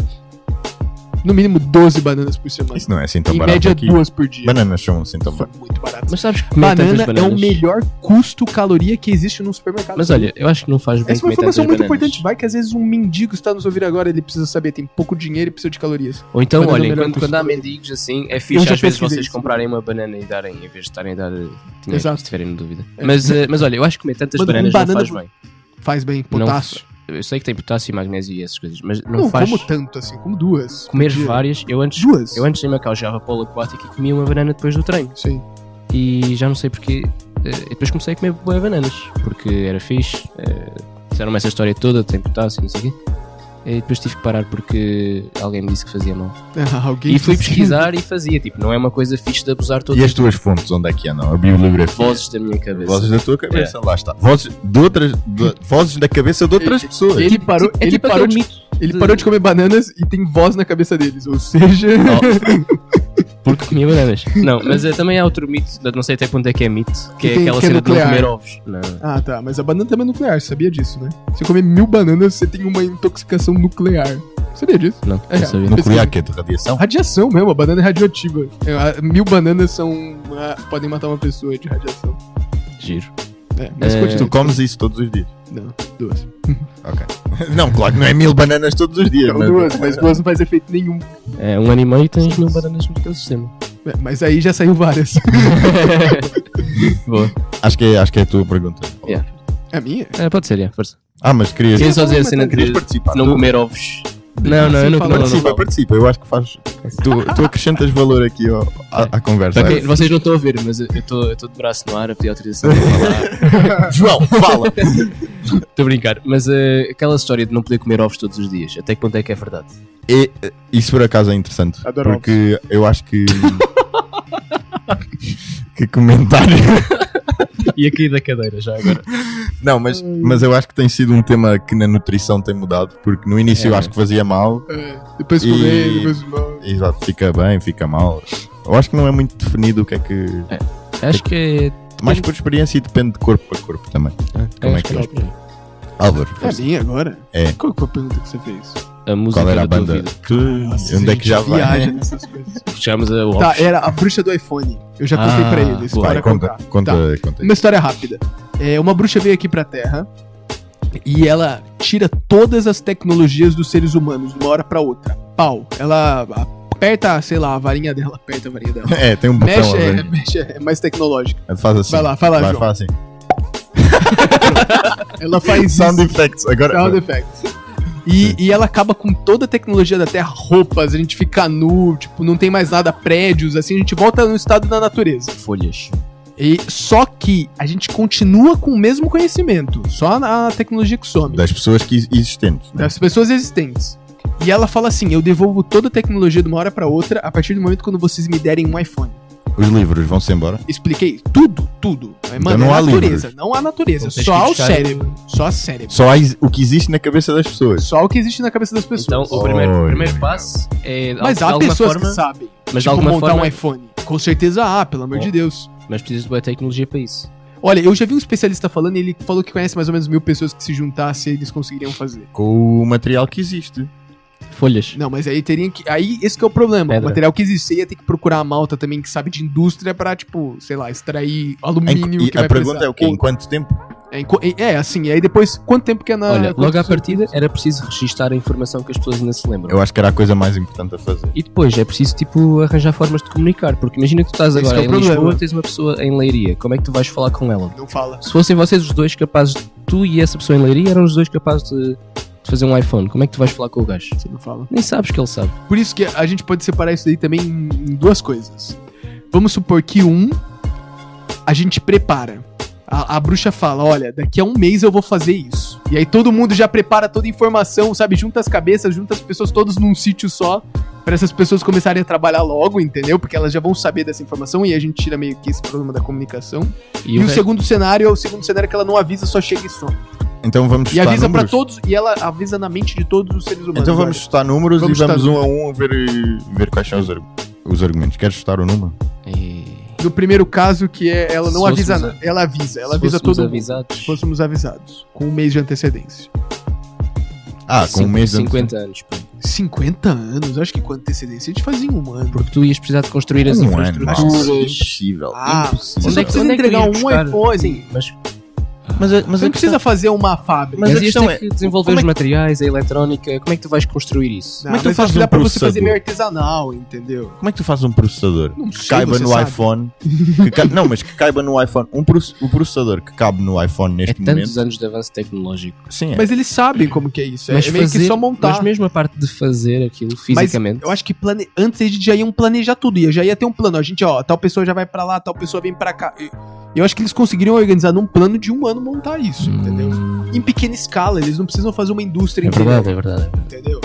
Speaker 2: No mínimo 12 bananas por semana.
Speaker 1: Isso não é assim tão
Speaker 2: em
Speaker 1: barato
Speaker 2: média,
Speaker 1: aqui.
Speaker 2: duas por dia.
Speaker 1: Bananas são assim tão
Speaker 2: Foi
Speaker 1: baratas.
Speaker 2: muito barato.
Speaker 3: Mas sabes que comer
Speaker 2: banana
Speaker 3: tantas
Speaker 2: é
Speaker 3: bananas...
Speaker 2: o melhor custo-caloria que existe no supermercado.
Speaker 3: Mas olha, eu acho que não faz bem
Speaker 2: Essa é uma
Speaker 3: comer
Speaker 2: informação
Speaker 3: tantas
Speaker 2: muito
Speaker 3: bananas.
Speaker 2: importante. Vai que às vezes um mendigo está nos ouvir agora, ele precisa saber, tem pouco dinheiro e precisa de calorias.
Speaker 3: Ou então,
Speaker 2: Banana é o
Speaker 3: olhem,
Speaker 2: melhor
Speaker 3: quando,
Speaker 2: custo.
Speaker 3: quando há mendigos assim, é
Speaker 2: Eu
Speaker 3: fixe
Speaker 2: já
Speaker 3: às vezes
Speaker 2: pesquisei
Speaker 3: vocês
Speaker 2: isso.
Speaker 3: comprarem uma banana e darem, em vez de estarem a dar eh, dinheiro,
Speaker 2: Exato.
Speaker 3: se tiverem dúvida. Mas, eh, mas olha, eu acho que comer tantas
Speaker 2: Mano, um
Speaker 3: bananas
Speaker 2: banana
Speaker 3: não faz
Speaker 2: por-
Speaker 3: bem.
Speaker 2: Faz bem,
Speaker 3: Não
Speaker 2: potássio.
Speaker 3: Eu sei que tem potássio e magnésio e essas coisas, mas
Speaker 2: Não,
Speaker 3: não, faz...
Speaker 2: como tanto assim, como duas.
Speaker 3: Comer
Speaker 2: Por dia.
Speaker 3: várias, eu antes...
Speaker 2: Duas?
Speaker 3: Eu antes em Macau jogava polo aquático e comia uma banana depois do treino.
Speaker 2: Sim. <laughs>
Speaker 3: E já não sei porquê. eh, E depois comecei a comer bué bananas. Porque era fixe. eh, Disseram-me essa história toda, tem potássio, não sei o quê. E depois tive que parar porque alguém me disse que fazia mal.
Speaker 2: Ah, alguém
Speaker 3: E fui
Speaker 2: disse-
Speaker 3: pesquisar e fazia. Tipo, não é uma coisa fixe de abusar todo
Speaker 1: E as tuas fontes, onde é que andam? A bibliografia.
Speaker 3: vozes da minha cabeça.
Speaker 1: Vozes da tua cabeça, lá está. Vozes, de outras, de- vozes da cabeça de outras pessoas.
Speaker 2: Ele parou,
Speaker 3: É
Speaker 2: ele
Speaker 3: tipo
Speaker 2: parou,
Speaker 3: aquele
Speaker 2: de,
Speaker 3: mito.
Speaker 2: ele parou de comer bananas e tem voz na cabeça deles. Ou seja,
Speaker 3: Porque comia bananas. Não, mas eh, também há outro mito, não sei até quando é que é mito, que é
Speaker 2: Tem-
Speaker 3: aquela
Speaker 2: que é
Speaker 3: cena de não
Speaker 2: nuclear.
Speaker 3: comer ovos. Não.
Speaker 2: Ah, tá. Mas a banana também é nuclear, você sabia disso, né? Se eu comer mil bananas, você tem uma intoxicação nuclear. Sabia disso?
Speaker 3: Não,
Speaker 2: É,
Speaker 3: não sabia.
Speaker 1: Nuclear que é de radiação?
Speaker 2: Radiação mesmo, a banana é radioativa. É, a- Mil bananas são. ah, podem matar uma pessoa de radiação.
Speaker 3: Giro.
Speaker 2: É, mas
Speaker 3: É,
Speaker 2: continua.
Speaker 1: Tu comes isso todos os dias.
Speaker 2: Não, duas.
Speaker 1: Ok. <laughs> Não, claro que não é mil bananas todos os dias.
Speaker 2: Então,
Speaker 1: mas-
Speaker 2: duas, mas duas não faz efeito nenhum.
Speaker 3: É, um ano e meio tens mil bananas no teu sistema.
Speaker 2: É, mas aí já saiu várias.
Speaker 3: <laughs> Boa.
Speaker 1: Acho, que é, acho que é a tua pergunta.
Speaker 3: Yeah.
Speaker 2: É a minha?
Speaker 3: É, pode ser, é, força.
Speaker 1: Ah, mas querias,
Speaker 3: Queria só dizer a
Speaker 2: mas
Speaker 3: cena
Speaker 1: querias
Speaker 3: de
Speaker 1: participar.
Speaker 3: não
Speaker 1: Tu-
Speaker 3: comer ovos. Não, não, eu
Speaker 2: Sim,
Speaker 3: não não, não,
Speaker 1: participa,
Speaker 3: não.
Speaker 1: participa. Eu acho que faz. Tu, tu acrescentas valor aqui ó, à, à conversa.
Speaker 3: Para quem- Vocês não estão a ver, mas eu estou de braço no ar a pedir autorização.
Speaker 1: João, fala!
Speaker 3: Estou a brincar. Mas eh, aquela história de não poder comer ovos todos os dias, até que ponto é que é verdade?
Speaker 1: E, eh, isso por acaso é interessante.
Speaker 2: Adoro
Speaker 1: porque eu acho que. <laughs> que comentário.
Speaker 3: E aqui da cadeira, já agora.
Speaker 1: Não, mas, mas eu acho que tem sido um tema que na nutrição tem mudado. Porque no início
Speaker 3: É.
Speaker 1: eu acho que fazia mal.
Speaker 2: É, depois
Speaker 1: E-
Speaker 2: comer, depois mal.
Speaker 1: Exato, fica bem, fica mal. Eu acho que não é muito definido o que é que.
Speaker 3: Acho que
Speaker 1: Mais por experiência e depende de corpo para corpo também.
Speaker 3: é.
Speaker 1: Como é
Speaker 3: acho
Speaker 1: que
Speaker 3: é por aí.
Speaker 1: Álvaro,
Speaker 2: É a minha agora?
Speaker 1: É.
Speaker 2: Qual foi a pergunta que você fez?
Speaker 3: A música
Speaker 1: qual era a
Speaker 3: da tua
Speaker 1: banda?
Speaker 3: vida.
Speaker 1: Que- onde é que já vai?
Speaker 2: Viaja
Speaker 1: né?
Speaker 2: nessas coisas.
Speaker 3: Fechamos a ovos.
Speaker 2: Tá, era a bruxa do iPhone. Eu já contei
Speaker 3: Ah,
Speaker 2: pra eles.
Speaker 3: boa.
Speaker 2: Bora
Speaker 1: Vai, conta,
Speaker 2: contar. Tá.
Speaker 1: conta, conta.
Speaker 2: Uma história rápida. É, uma bruxa veio aqui pra Terra e ela tira todas as tecnologias dos seres humanos de uma hora pra outra. Pau. Ela aperta, sei lá, a varinha dela, <laughs> aperta a varinha dela.
Speaker 1: É, tem um botão
Speaker 2: Mexe, é,
Speaker 1: ali.
Speaker 2: mexe, é mais tecnológica.
Speaker 1: Faz assim.
Speaker 2: Vai lá, fala,
Speaker 1: Vai,
Speaker 2: João.
Speaker 1: faz assim.
Speaker 2: Ela faz
Speaker 1: Sound
Speaker 2: isso.
Speaker 1: effects. Agora.
Speaker 2: Sound effects. E, e ela acaba com toda a tecnologia da Terra, roupas, a gente fica nu, tipo, não tem mais nada, prédios, assim, a gente volta no estado da natureza.
Speaker 3: Folhas.
Speaker 2: E só que a gente continua com o mesmo conhecimento, só na tecnologia que some,
Speaker 1: Das pessoas que existentes. né?
Speaker 2: das pessoas existentes. E ela fala assim: "Eu devolvo toda a tecnologia de uma hora pra outra a partir do momento quando vocês me derem um iPhone".
Speaker 1: Os livros vão-se embora.
Speaker 2: Expliquei tudo, tudo. Mas, mano,
Speaker 1: Então não
Speaker 2: é
Speaker 1: há
Speaker 2: natureza,
Speaker 1: livros.
Speaker 2: não há natureza,
Speaker 3: Então,
Speaker 2: só
Speaker 3: tens que
Speaker 2: o
Speaker 3: buscar-
Speaker 2: cérebro, só o cérebro,
Speaker 1: Só há is- o que existe na cabeça das pessoas.
Speaker 2: só o que existe na cabeça das pessoas.
Speaker 3: Então, o primeiro,
Speaker 1: Olha.
Speaker 3: o primeiro passo é. de
Speaker 2: Mas
Speaker 3: de
Speaker 2: há
Speaker 3: alguma
Speaker 2: pessoas
Speaker 3: forma,
Speaker 2: que sabem.
Speaker 3: Mas
Speaker 2: tipo,
Speaker 3: de alguma
Speaker 2: montar um
Speaker 3: forma.
Speaker 2: iPhone. Com certeza há, pelo amor
Speaker 3: Oh.
Speaker 2: de Deus.
Speaker 3: Mas precisas de boa tecnologia para isso.
Speaker 2: Olha, eu já vi um especialista falando e ele falou que conhece mais ou menos mil pessoas que se juntassem eles conseguiriam fazer.
Speaker 1: Com o material que existe.
Speaker 3: Folhas.
Speaker 2: Não, mas aí teriam que. Aí esse que é o problema. O
Speaker 3: Pedra.
Speaker 2: material que existe, você ia ter que procurar a malta também que sabe de indústria pra, tipo, sei lá, extrair alumínio.
Speaker 1: Em- e
Speaker 2: que
Speaker 1: a
Speaker 2: vai
Speaker 1: pergunta
Speaker 2: precisar.
Speaker 1: é o quê? Em quanto tempo?
Speaker 2: É, em co- É, assim, e aí depois, quanto tempo que é na.
Speaker 3: Olha,
Speaker 2: quanto-
Speaker 3: logo à partida era preciso registar a informação que as pessoas ainda se lembram.
Speaker 1: Eu acho que era a coisa mais importante a fazer.
Speaker 3: E depois é preciso, tipo, arranjar formas de comunicar. Porque imagina que tu estás
Speaker 2: Esse
Speaker 3: agora
Speaker 2: que é o
Speaker 3: em
Speaker 2: problema.
Speaker 3: Lisboa, tens uma pessoa em Leiria. Como é que tu vais falar com ela?
Speaker 2: Não fala.
Speaker 3: Se fossem vocês os dois capazes, tu e essa pessoa em Leiria, eram os dois capazes de, de fazer um iPhone. Como é que tu vais falar com o gajo?
Speaker 2: Você não fala.
Speaker 3: Nem sabes que ele sabe.
Speaker 2: Por isso que a gente pode separar isso daí também em em duas coisas. Vamos supor que um, a gente prepara. A, a bruxa fala, olha, daqui a um mês eu vou fazer isso. E aí todo mundo já prepara toda a informação, sabe? Junta as cabeças, junta as pessoas todos num sítio só. Pra essas pessoas começarem a trabalhar logo, entendeu? Porque elas já vão saber dessa informação e a gente tira meio que esse problema da comunicação. E, o
Speaker 3: resto-
Speaker 2: segundo cenário é o segundo cenário que ela não avisa, só chega e some.
Speaker 1: Então vamos
Speaker 2: E
Speaker 1: chutar
Speaker 2: avisa pra
Speaker 1: números.
Speaker 2: todos, e ela avisa na mente de todos os seres humanos.
Speaker 1: Então
Speaker 2: olha.
Speaker 1: vamos chutar números
Speaker 2: Vamos
Speaker 1: e
Speaker 2: chutar
Speaker 1: vamos um a um a ver, ver quais são os, argu- os argumentos. Queres chutar o número?
Speaker 3: é E-
Speaker 2: do primeiro caso, que é ela não
Speaker 3: Se
Speaker 2: avisa,
Speaker 3: fôssemos
Speaker 2: na- ela avisa, ela
Speaker 3: se
Speaker 2: avisa
Speaker 3: fôssemos
Speaker 2: todo mundo.
Speaker 3: avisados.
Speaker 2: Se fôssemos avisados, com um mês de antecedência.
Speaker 1: Ah, com um
Speaker 3: Cin-
Speaker 1: mês de
Speaker 3: 50 anos. pô.
Speaker 2: 50 anos? Acho que com antecedência a gente fazia em um ano.
Speaker 3: Porque tu ias precisar de construir as
Speaker 1: Um ano, mas
Speaker 3: infraestruturas.
Speaker 1: impossível.
Speaker 2: Ah,
Speaker 1: impossível.
Speaker 2: você só
Speaker 3: Onde é que-
Speaker 2: precisa
Speaker 3: onde é que tu
Speaker 2: entregar
Speaker 3: ias
Speaker 2: um
Speaker 3: buscar?
Speaker 2: iPhone.
Speaker 3: Mas, é tá-
Speaker 1: Mas, é a- mas
Speaker 2: Você
Speaker 1: a
Speaker 2: não precisa
Speaker 1: questão-
Speaker 2: fazer uma fábrica.
Speaker 1: Mas
Speaker 3: mas
Speaker 1: a
Speaker 3: ias
Speaker 1: questão
Speaker 3: ter
Speaker 1: é,
Speaker 3: que desenvolver
Speaker 1: como é
Speaker 3: os materiais, a eletrónica. Como é que tu vais construir isso?
Speaker 2: Não,
Speaker 1: mas tu
Speaker 2: mas
Speaker 1: faz
Speaker 2: acho que dá
Speaker 1: um
Speaker 2: pra você fazer
Speaker 1: processador.
Speaker 2: meio artesanal, entendeu?
Speaker 1: Como é que tu fazes um processador?
Speaker 2: Não
Speaker 1: Que
Speaker 2: sei,
Speaker 1: caiba
Speaker 2: você
Speaker 1: no
Speaker 2: sabe.
Speaker 1: iPhone.
Speaker 2: <laughs>
Speaker 1: que ca- Não, mas que caiba no iPhone. Um proce- O processador que cabe no iPhone
Speaker 3: É
Speaker 1: neste
Speaker 3: tantos
Speaker 1: momento.
Speaker 3: anos de avanço tecnológico.
Speaker 1: Sim, é.
Speaker 2: Mas eles sabem como que é isso. É meio que só montar.
Speaker 3: mas mesmo a parte de fazer aquilo fisicamente.
Speaker 2: Eu acho que plane... antes eles já iam planejar tudo, ia- já ia ter um plano. A gente, ó, tal pessoa já vai pra lá, tal pessoa vem pra cá. E- Eu acho que eles conseguiriam organizar num plano de um ano montar isso, entendeu?
Speaker 3: Hum,
Speaker 2: Em pequena escala, eles não precisam fazer uma indústria
Speaker 3: É
Speaker 2: inteira,
Speaker 3: verdade, é verdade.
Speaker 2: entendeu?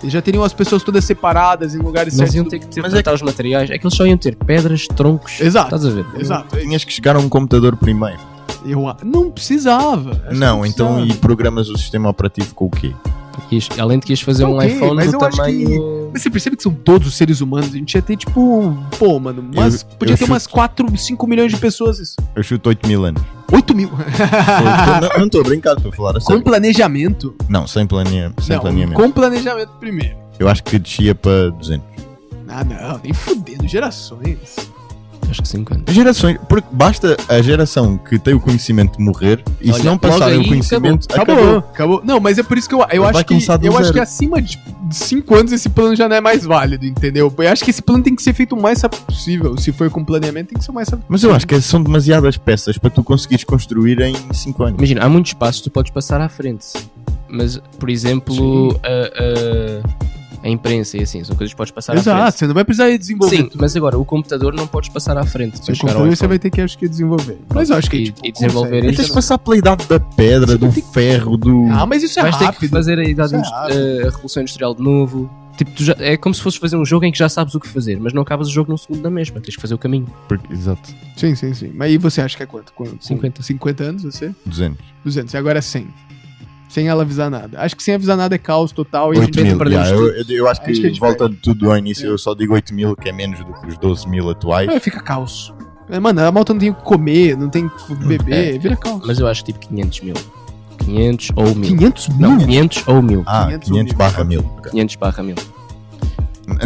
Speaker 2: Eles já teriam as pessoas todas separadas em lugares
Speaker 3: Mas iam
Speaker 2: do-
Speaker 3: ter que ter
Speaker 1: Mas é
Speaker 3: tratar os materiais. É que eles só iam ter pedras, troncos.
Speaker 2: Exato.
Speaker 3: Estás a ver?
Speaker 2: Exato.
Speaker 1: Tinhas que chegar a um computador primeiro.
Speaker 2: Eu a- não precisava. é acho que
Speaker 1: não, então
Speaker 2: precisava.
Speaker 1: e programas o sistema operativo com o quê?
Speaker 3: Ias- além de que ias fazer um
Speaker 2: Ok,
Speaker 3: iPhone
Speaker 2: Então mas
Speaker 3: do
Speaker 2: eu acho
Speaker 3: tamanho.
Speaker 2: Mas você percebe que são todos os seres humanos? A gente ia ter, tipo, pô, mano, umas,
Speaker 1: Eu-
Speaker 2: podia
Speaker 1: eu
Speaker 2: ter
Speaker 1: chuto.
Speaker 2: umas 4, 5 milhões de pessoas isso.
Speaker 1: Eu chuto 8 mil
Speaker 2: <laughs>
Speaker 1: anos.
Speaker 2: 8 mil.
Speaker 1: Tô- tô- não estou a brincar, estou a falar a
Speaker 2: <laughs> Com
Speaker 1: sério.
Speaker 2: planejamento.
Speaker 1: Não, sem, plane... sem
Speaker 2: Não,
Speaker 1: planeamento.
Speaker 2: com planejamento primeiro.
Speaker 1: Eu acho que descia para 200.
Speaker 2: Ah, não, nem fudendo, gerações.
Speaker 3: Acho que 50.
Speaker 1: Gerações, porque basta a geração que tem o conhecimento morrer e se
Speaker 3: Olha,
Speaker 1: não
Speaker 3: logo
Speaker 1: passarem o
Speaker 3: aí,
Speaker 1: conhecimento,
Speaker 2: Acabou,
Speaker 1: acabou.
Speaker 2: acabou. Não, mas é por isso que eu, eu
Speaker 1: Vai
Speaker 2: acho que
Speaker 1: começar do
Speaker 2: eu acho
Speaker 1: zero.
Speaker 2: que acima de 5 anos esse plano já não é mais válido, entendeu? Eu acho que esse plano tem que ser feito o mais rápido possível. Se for com planeamento, tem que ser o mais rápido
Speaker 1: Mas eu acho que são demasiadas peças para tu conseguires construir em 5 anos.
Speaker 3: Imagina, há muitos passos que tu podes passar à frente. Mas, por exemplo, a, a- a imprensa e assim, são coisas que podes passar à
Speaker 2: Exato, você não vai precisar
Speaker 3: frente.
Speaker 2: desenvolver.
Speaker 3: Sim, mas agora, o computador não podes passar à frente.
Speaker 2: Seu
Speaker 3: para chegar ao
Speaker 2: computador você
Speaker 3: iPhone.
Speaker 2: vai ter que acho que desenvolver. Mas eu acho que
Speaker 3: E-
Speaker 2: tipo,
Speaker 3: e desenvolver
Speaker 2: consegue.
Speaker 1: Aí
Speaker 3: isso.
Speaker 1: tens de passar pela idade da pedra, do ferro, do.
Speaker 2: Ah, mas isso é
Speaker 3: Vais ter que
Speaker 2: rápido.
Speaker 3: fazer a, idade
Speaker 2: Isso é
Speaker 3: indust-
Speaker 2: rápido.
Speaker 3: a- a Revolução Industrial de novo. Tipo, tu já- é como se fosses fazer um jogo em que já sabes o que fazer, mas não acabas o jogo num segundo da mesma. Tens que fazer o caminho.
Speaker 1: Porque- Exato,
Speaker 2: Sim, sim, sim. Mas e você acha que é quanto? quanto?
Speaker 3: 50.
Speaker 2: 50 anos você?
Speaker 1: 200.
Speaker 2: 200. E agora é 100. Sem ela avisar nada. Acho que sem avisar nada é caos total e a
Speaker 1: 8
Speaker 2: gente
Speaker 1: mil.
Speaker 3: perdemos
Speaker 1: yeah, eu, eu- eu acho que,
Speaker 2: Acho que a gente
Speaker 1: volta de tudo ao início, eu só digo 8 mil, que é menos do que os 12 mil atuais.
Speaker 2: Aí fica caos. É, Mano, a malta não tem o que comer, não tem o que beber, vira caos.
Speaker 3: Mas eu acho tipo 500 mil. 500 ou 1000.
Speaker 2: 500 mil?
Speaker 3: Não, 500 ou 1000.
Speaker 1: Ah,
Speaker 2: 500
Speaker 1: 500,
Speaker 2: mil.
Speaker 1: barra mil.
Speaker 3: 500 barra 1000.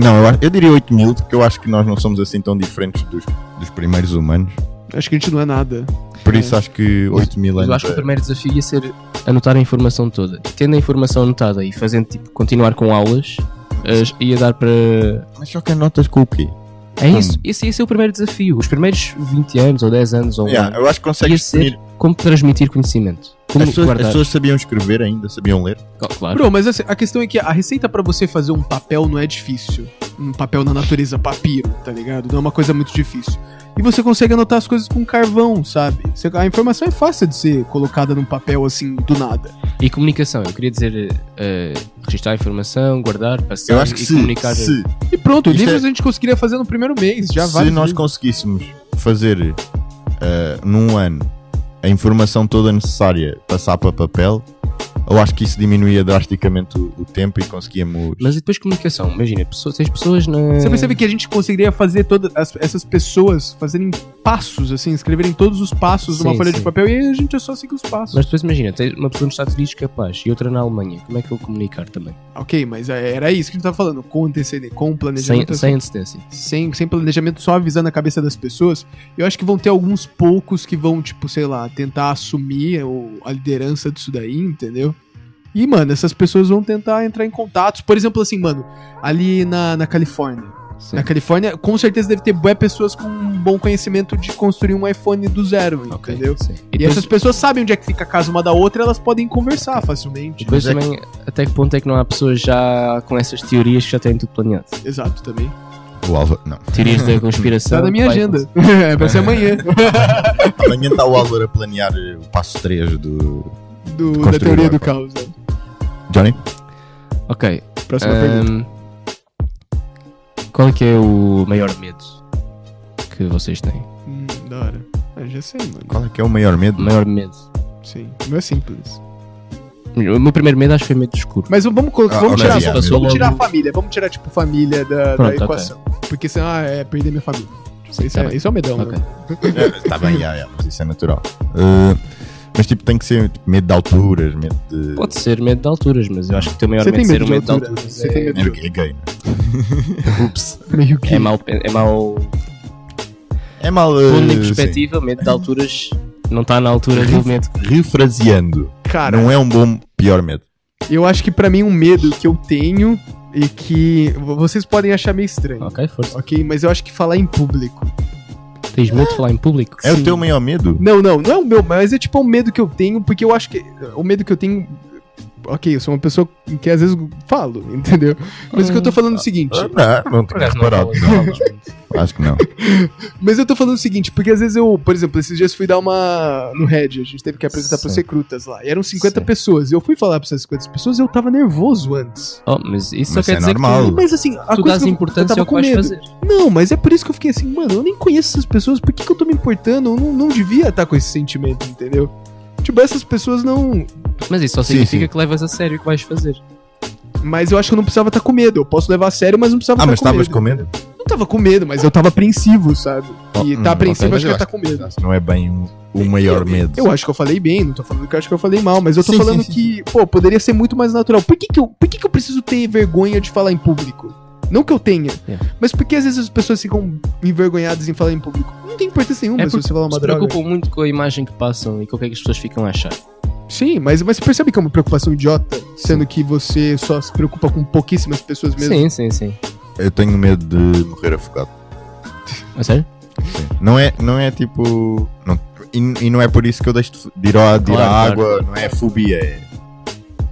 Speaker 1: Não, eu, acho- eu diria 8 mil, porque eu acho que nós não somos assim tão diferentes dos, dos primeiros humanos.
Speaker 2: Acho que a gente não é nada.
Speaker 1: Por
Speaker 2: É.
Speaker 1: isso acho que 8 mil
Speaker 3: Mas
Speaker 1: anos.
Speaker 3: eu acho que o
Speaker 1: é-
Speaker 3: primeiro desafio ia ser anotar a informação toda. E tendo a informação anotada e fazendo tipo continuar com aulas, as- ia dar para
Speaker 1: Mas só que anotas com o quê?
Speaker 3: É isso, esse, esse é o primeiro desafio. Os primeiros 20 anos, ou 10 anos, ou um
Speaker 1: Yeah,
Speaker 3: ano,
Speaker 1: eu acho que
Speaker 3: ia
Speaker 1: consegues
Speaker 3: ser
Speaker 1: definir.
Speaker 3: como transmitir conhecimento. Como
Speaker 1: As pessoas, as
Speaker 3: guardar.
Speaker 1: pessoas sabiam escrever ainda, sabiam ler.
Speaker 3: Oh, claro.
Speaker 2: Bro, mas assim, a questão é que a receita pra você fazer um papel não é difícil. Um papel na natureza, papiro, tá ligado? Não é uma coisa muito difícil. E você consegue anotar as coisas com carvão, sabe? Você- A informação é fácil de ser colocada num papel assim, do nada.
Speaker 3: E comunicação, eu queria dizer eh, registrar a informação, guardar, passar
Speaker 1: Eu acho que
Speaker 3: e
Speaker 1: se,
Speaker 3: comunicar.
Speaker 1: se,
Speaker 2: E pronto,
Speaker 1: Isto
Speaker 2: livros
Speaker 1: é-
Speaker 2: a gente conseguiria fazer no primeiro mês, já vai.
Speaker 1: se nós conseguíssemos fazer eh, num ano a informação toda necessária passar para papel, eu acho que isso diminuía drasticamente o, o tempo e conseguíamos.
Speaker 3: Mas e depois comunicação, imagina, pessoas, tens pessoas na.
Speaker 2: Você percebe que a gente conseguiria fazer todas as- essas pessoas fazerem passos, assim, escreverem todos os passos numa
Speaker 3: Sim,
Speaker 2: folha de
Speaker 3: sim.
Speaker 2: papel e aí a gente só segue os passos.
Speaker 3: Mas depois imagina, tens uma pessoa nos Estados Unidos capaz e outra na Alemanha, como é que eu vou comunicar também?
Speaker 2: Ok, mas é- era isso que a gente tava falando, com antecedência, com
Speaker 3: Sem,
Speaker 2: planejamento. assim,
Speaker 3: sem antecedência.
Speaker 2: sem, sem planejamento, só avisando a cabeça das pessoas, eu acho que vão ter alguns poucos que vão, tipo, sei lá, tentar assumir o- a liderança disso daí, entendeu? E, mano, essas pessoas vão tentar entrar em contatos. Por exemplo, assim, mano, ali na, na Califórnia. <laughs>
Speaker 3: Sim.
Speaker 2: Na Califórnia, com certeza deve ter boas pessoas com um bom conhecimento de construir um iPhone do zero,
Speaker 3: Ok,
Speaker 2: entendeu?
Speaker 3: sim.
Speaker 2: E,
Speaker 3: E depois,
Speaker 2: essas pessoas sabem onde é que fica a casa uma da outra, elas podem conversar facilmente.
Speaker 3: depois
Speaker 1: Mas é
Speaker 3: também, até que ponto é que não há pessoas já com essas teorias que já têm tudo planeado?
Speaker 2: Exato, também.
Speaker 1: O Álvaro, não.
Speaker 2: <laughs>
Speaker 3: Teorias da conspiração.
Speaker 2: Tá na minha
Speaker 3: Então, vai-
Speaker 2: agenda. <laughs> é, vai ser amanhã.
Speaker 1: Amanhã está o Álvaro a planear eh, o passo 3 do.
Speaker 2: Do- da
Speaker 1: Construir
Speaker 2: teoria
Speaker 1: o
Speaker 2: do
Speaker 1: iPhone.
Speaker 2: caos. né?
Speaker 1: Johnny?
Speaker 3: Ok.
Speaker 2: Próxima pergunta.
Speaker 3: ahm, qual que é o maior medo que vocês têm?
Speaker 2: Hum, da hora. Ah, já sei, mano.
Speaker 1: Qual é que é o maior medo?
Speaker 3: O maior medo.
Speaker 2: Sim. O meu é simples.
Speaker 3: O meu primeiro medo acho que foi medo escuro.
Speaker 2: Mas vamos, colocar,
Speaker 1: Ah,
Speaker 2: vamos
Speaker 1: ok,
Speaker 2: tirar,
Speaker 1: yeah,
Speaker 2: vamos
Speaker 3: mesmo.
Speaker 2: tirar a família. Vamos tirar, tipo, família da,
Speaker 3: Pronto,
Speaker 2: da
Speaker 3: ok.
Speaker 2: equação. Porque senão ah, é perder minha família.
Speaker 3: Sim,
Speaker 2: isso,
Speaker 3: tá
Speaker 2: é,
Speaker 3: bem.
Speaker 2: isso é um medão,
Speaker 3: Ok.
Speaker 2: né?
Speaker 1: Está bem, yeah, yeah, É, mas isso é natural. Eh, mas tipo, tem que ser tipo, medo de alturas, medo de.
Speaker 3: Pode ser medo de alturas, mas eu acho que o teu maior
Speaker 2: Você
Speaker 3: medo
Speaker 2: tem
Speaker 3: de ser
Speaker 2: medo
Speaker 3: o
Speaker 2: de
Speaker 3: medo de
Speaker 2: altura?
Speaker 3: alturas
Speaker 2: Você tem
Speaker 3: é,
Speaker 2: medo de
Speaker 1: É gay, né? Ups.
Speaker 2: Meio que. Ah,
Speaker 3: é mau. É mau
Speaker 1: É mal. eh,
Speaker 3: pondo em
Speaker 1: sim.
Speaker 3: perspectiva, medo de alturas não está na altura
Speaker 2: Uhum.
Speaker 3: do momento.
Speaker 1: Refraseando,
Speaker 2: Cara,
Speaker 1: não é um bom pior medo.
Speaker 2: eu acho que pra mim um medo que eu tenho e que v- vocês podem achar meio estranho.
Speaker 3: Ok, força.
Speaker 2: Ok, mas eu acho que falar em público.
Speaker 3: Tens medo de falar em público?
Speaker 1: É
Speaker 2: Sim.
Speaker 1: o teu maior medo?
Speaker 2: Não, não, não é o meu, mas é tipo um medo que eu tenho, porque eu acho que. O medo que eu tenho. Ok, eu sou uma pessoa que às vezes falo, <laughs> entendeu? Mas o que eu
Speaker 3: Hum.
Speaker 2: tô falando é o seguinte.
Speaker 1: Ah, não, não
Speaker 3: Por
Speaker 1: tinha
Speaker 3: acaso não é
Speaker 1: reparado.
Speaker 3: falas- falas-
Speaker 1: Acho
Speaker 3: <laughs>
Speaker 1: que não.
Speaker 2: Mas eu tô falando o seguinte, porque às vezes eu, por exemplo, esses dias fui dar uma. No Red, a gente teve que apresentar pros
Speaker 3: Sim.
Speaker 2: recrutas lá. E eram 50
Speaker 3: Sim.
Speaker 2: pessoas. E eu fui falar pra essas 50 pessoas e eu tava nervoso antes. <laughs>
Speaker 3: Oh, mas isso
Speaker 1: Mas
Speaker 3: só quer
Speaker 1: é
Speaker 3: dizer
Speaker 1: normal.
Speaker 3: que
Speaker 2: Mas assim, a
Speaker 3: tu, tu
Speaker 2: coisa
Speaker 3: dás
Speaker 2: que eu- eu
Speaker 3: importância
Speaker 2: tava
Speaker 3: ao que
Speaker 2: com
Speaker 3: vais
Speaker 2: medo.
Speaker 3: fazer.
Speaker 2: Não, mas é por isso que eu fiquei assim, mano, eu nem conheço essas pessoas, por que, que eu tô me importando? Eu não, não devia estar com esse sentimento, entendeu? Tipo, essas pessoas não.
Speaker 3: Mas isso só
Speaker 1: Sim,
Speaker 3: significa
Speaker 1: sim.
Speaker 3: que levas a sério o que vais fazer.
Speaker 2: Mas eu acho que eu não precisava estar com medo. Eu posso levar a sério, mas não precisava
Speaker 3: é
Speaker 1: Ah,
Speaker 2: estar
Speaker 1: mas
Speaker 2: com medo.
Speaker 1: estavas com medo?
Speaker 2: Não tava com medo, mas eu tava apreensivo, sabe? E
Speaker 1: Oh,
Speaker 2: tá
Speaker 1: hum,
Speaker 2: apreensivo,
Speaker 1: ok.
Speaker 2: acho que
Speaker 1: Mas
Speaker 2: eu tá com medo.
Speaker 1: acho que Não é bem o, o maior medo.
Speaker 2: Eu acho que eu falei bem, não tô falando que eu acho que eu falei mal, mas eu tô
Speaker 1: Sim,
Speaker 2: falando
Speaker 1: sim, sim,
Speaker 2: que, pô, poderia ser muito mais natural. Por que que eu, por que que eu preciso ter vergonha de falar em público? Não que eu tenha,
Speaker 3: É.
Speaker 2: mas por que às vezes as pessoas ficam envergonhadas em falar em público? Não tem importância nenhuma
Speaker 3: É
Speaker 2: se
Speaker 3: porque
Speaker 2: você falar uma
Speaker 3: se
Speaker 2: droga.
Speaker 3: preocupam muito com a imagem que passam e com o que é que as pessoas ficam a achar.
Speaker 2: Sim, mas, mas você percebe que é uma preocupação idiota, sendo que você só se preocupa com pouquíssimas pessoas mesmo.
Speaker 3: Sim, sim, sim.
Speaker 1: Eu tenho medo de morrer afogado.
Speaker 3: A sério?
Speaker 1: Não é, não é tipo. não- e, e não é por isso que eu deixo de f- de ir, ao- de ir
Speaker 3: Claro,
Speaker 1: à
Speaker 3: claro.
Speaker 1: água, não é fobia. É.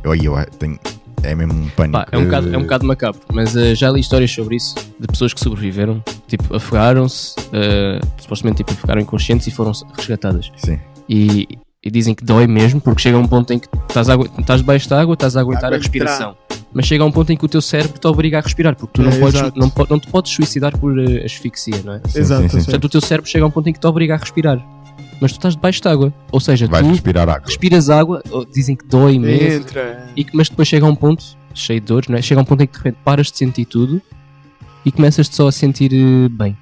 Speaker 1: Eu, eu tenho. É mesmo um pânico.
Speaker 3: Pá, é, um bocado, é um bocado macabro, mas eh, já li histórias sobre isso, de pessoas que sobreviveram, tipo, afogaram-se, eh, supostamente tipo, ficaram inconscientes e foram resgatadas.
Speaker 1: Sim.
Speaker 3: E, e dizem que dói mesmo, porque chega um ponto em que estás, a agu- estás debaixo da água, estás a aguentar a
Speaker 2: Aguentar.
Speaker 3: respiração. Mas chega um ponto em que o teu cérebro te obriga a respirar, porque tu
Speaker 2: É,
Speaker 3: não, podes,
Speaker 2: exato.
Speaker 3: não, po- não te podes suicidar por eh, asfixia, não é?
Speaker 1: Sim,
Speaker 2: Exato,
Speaker 1: sim, sim.
Speaker 3: Portanto, o teu cérebro chega a um ponto em que te obriga a respirar. Mas tu estás debaixo de água. Ou seja,
Speaker 1: Vais
Speaker 3: tu
Speaker 1: respirar água.
Speaker 3: respiras água, ou dizem que dói
Speaker 2: É,
Speaker 3: mesmo.
Speaker 2: Entra.
Speaker 3: E que- mas depois chega a um ponto, cheio de dores, não é? Chega a um ponto em que de repente paras de sentir tudo e começas só a sentir eh, bem.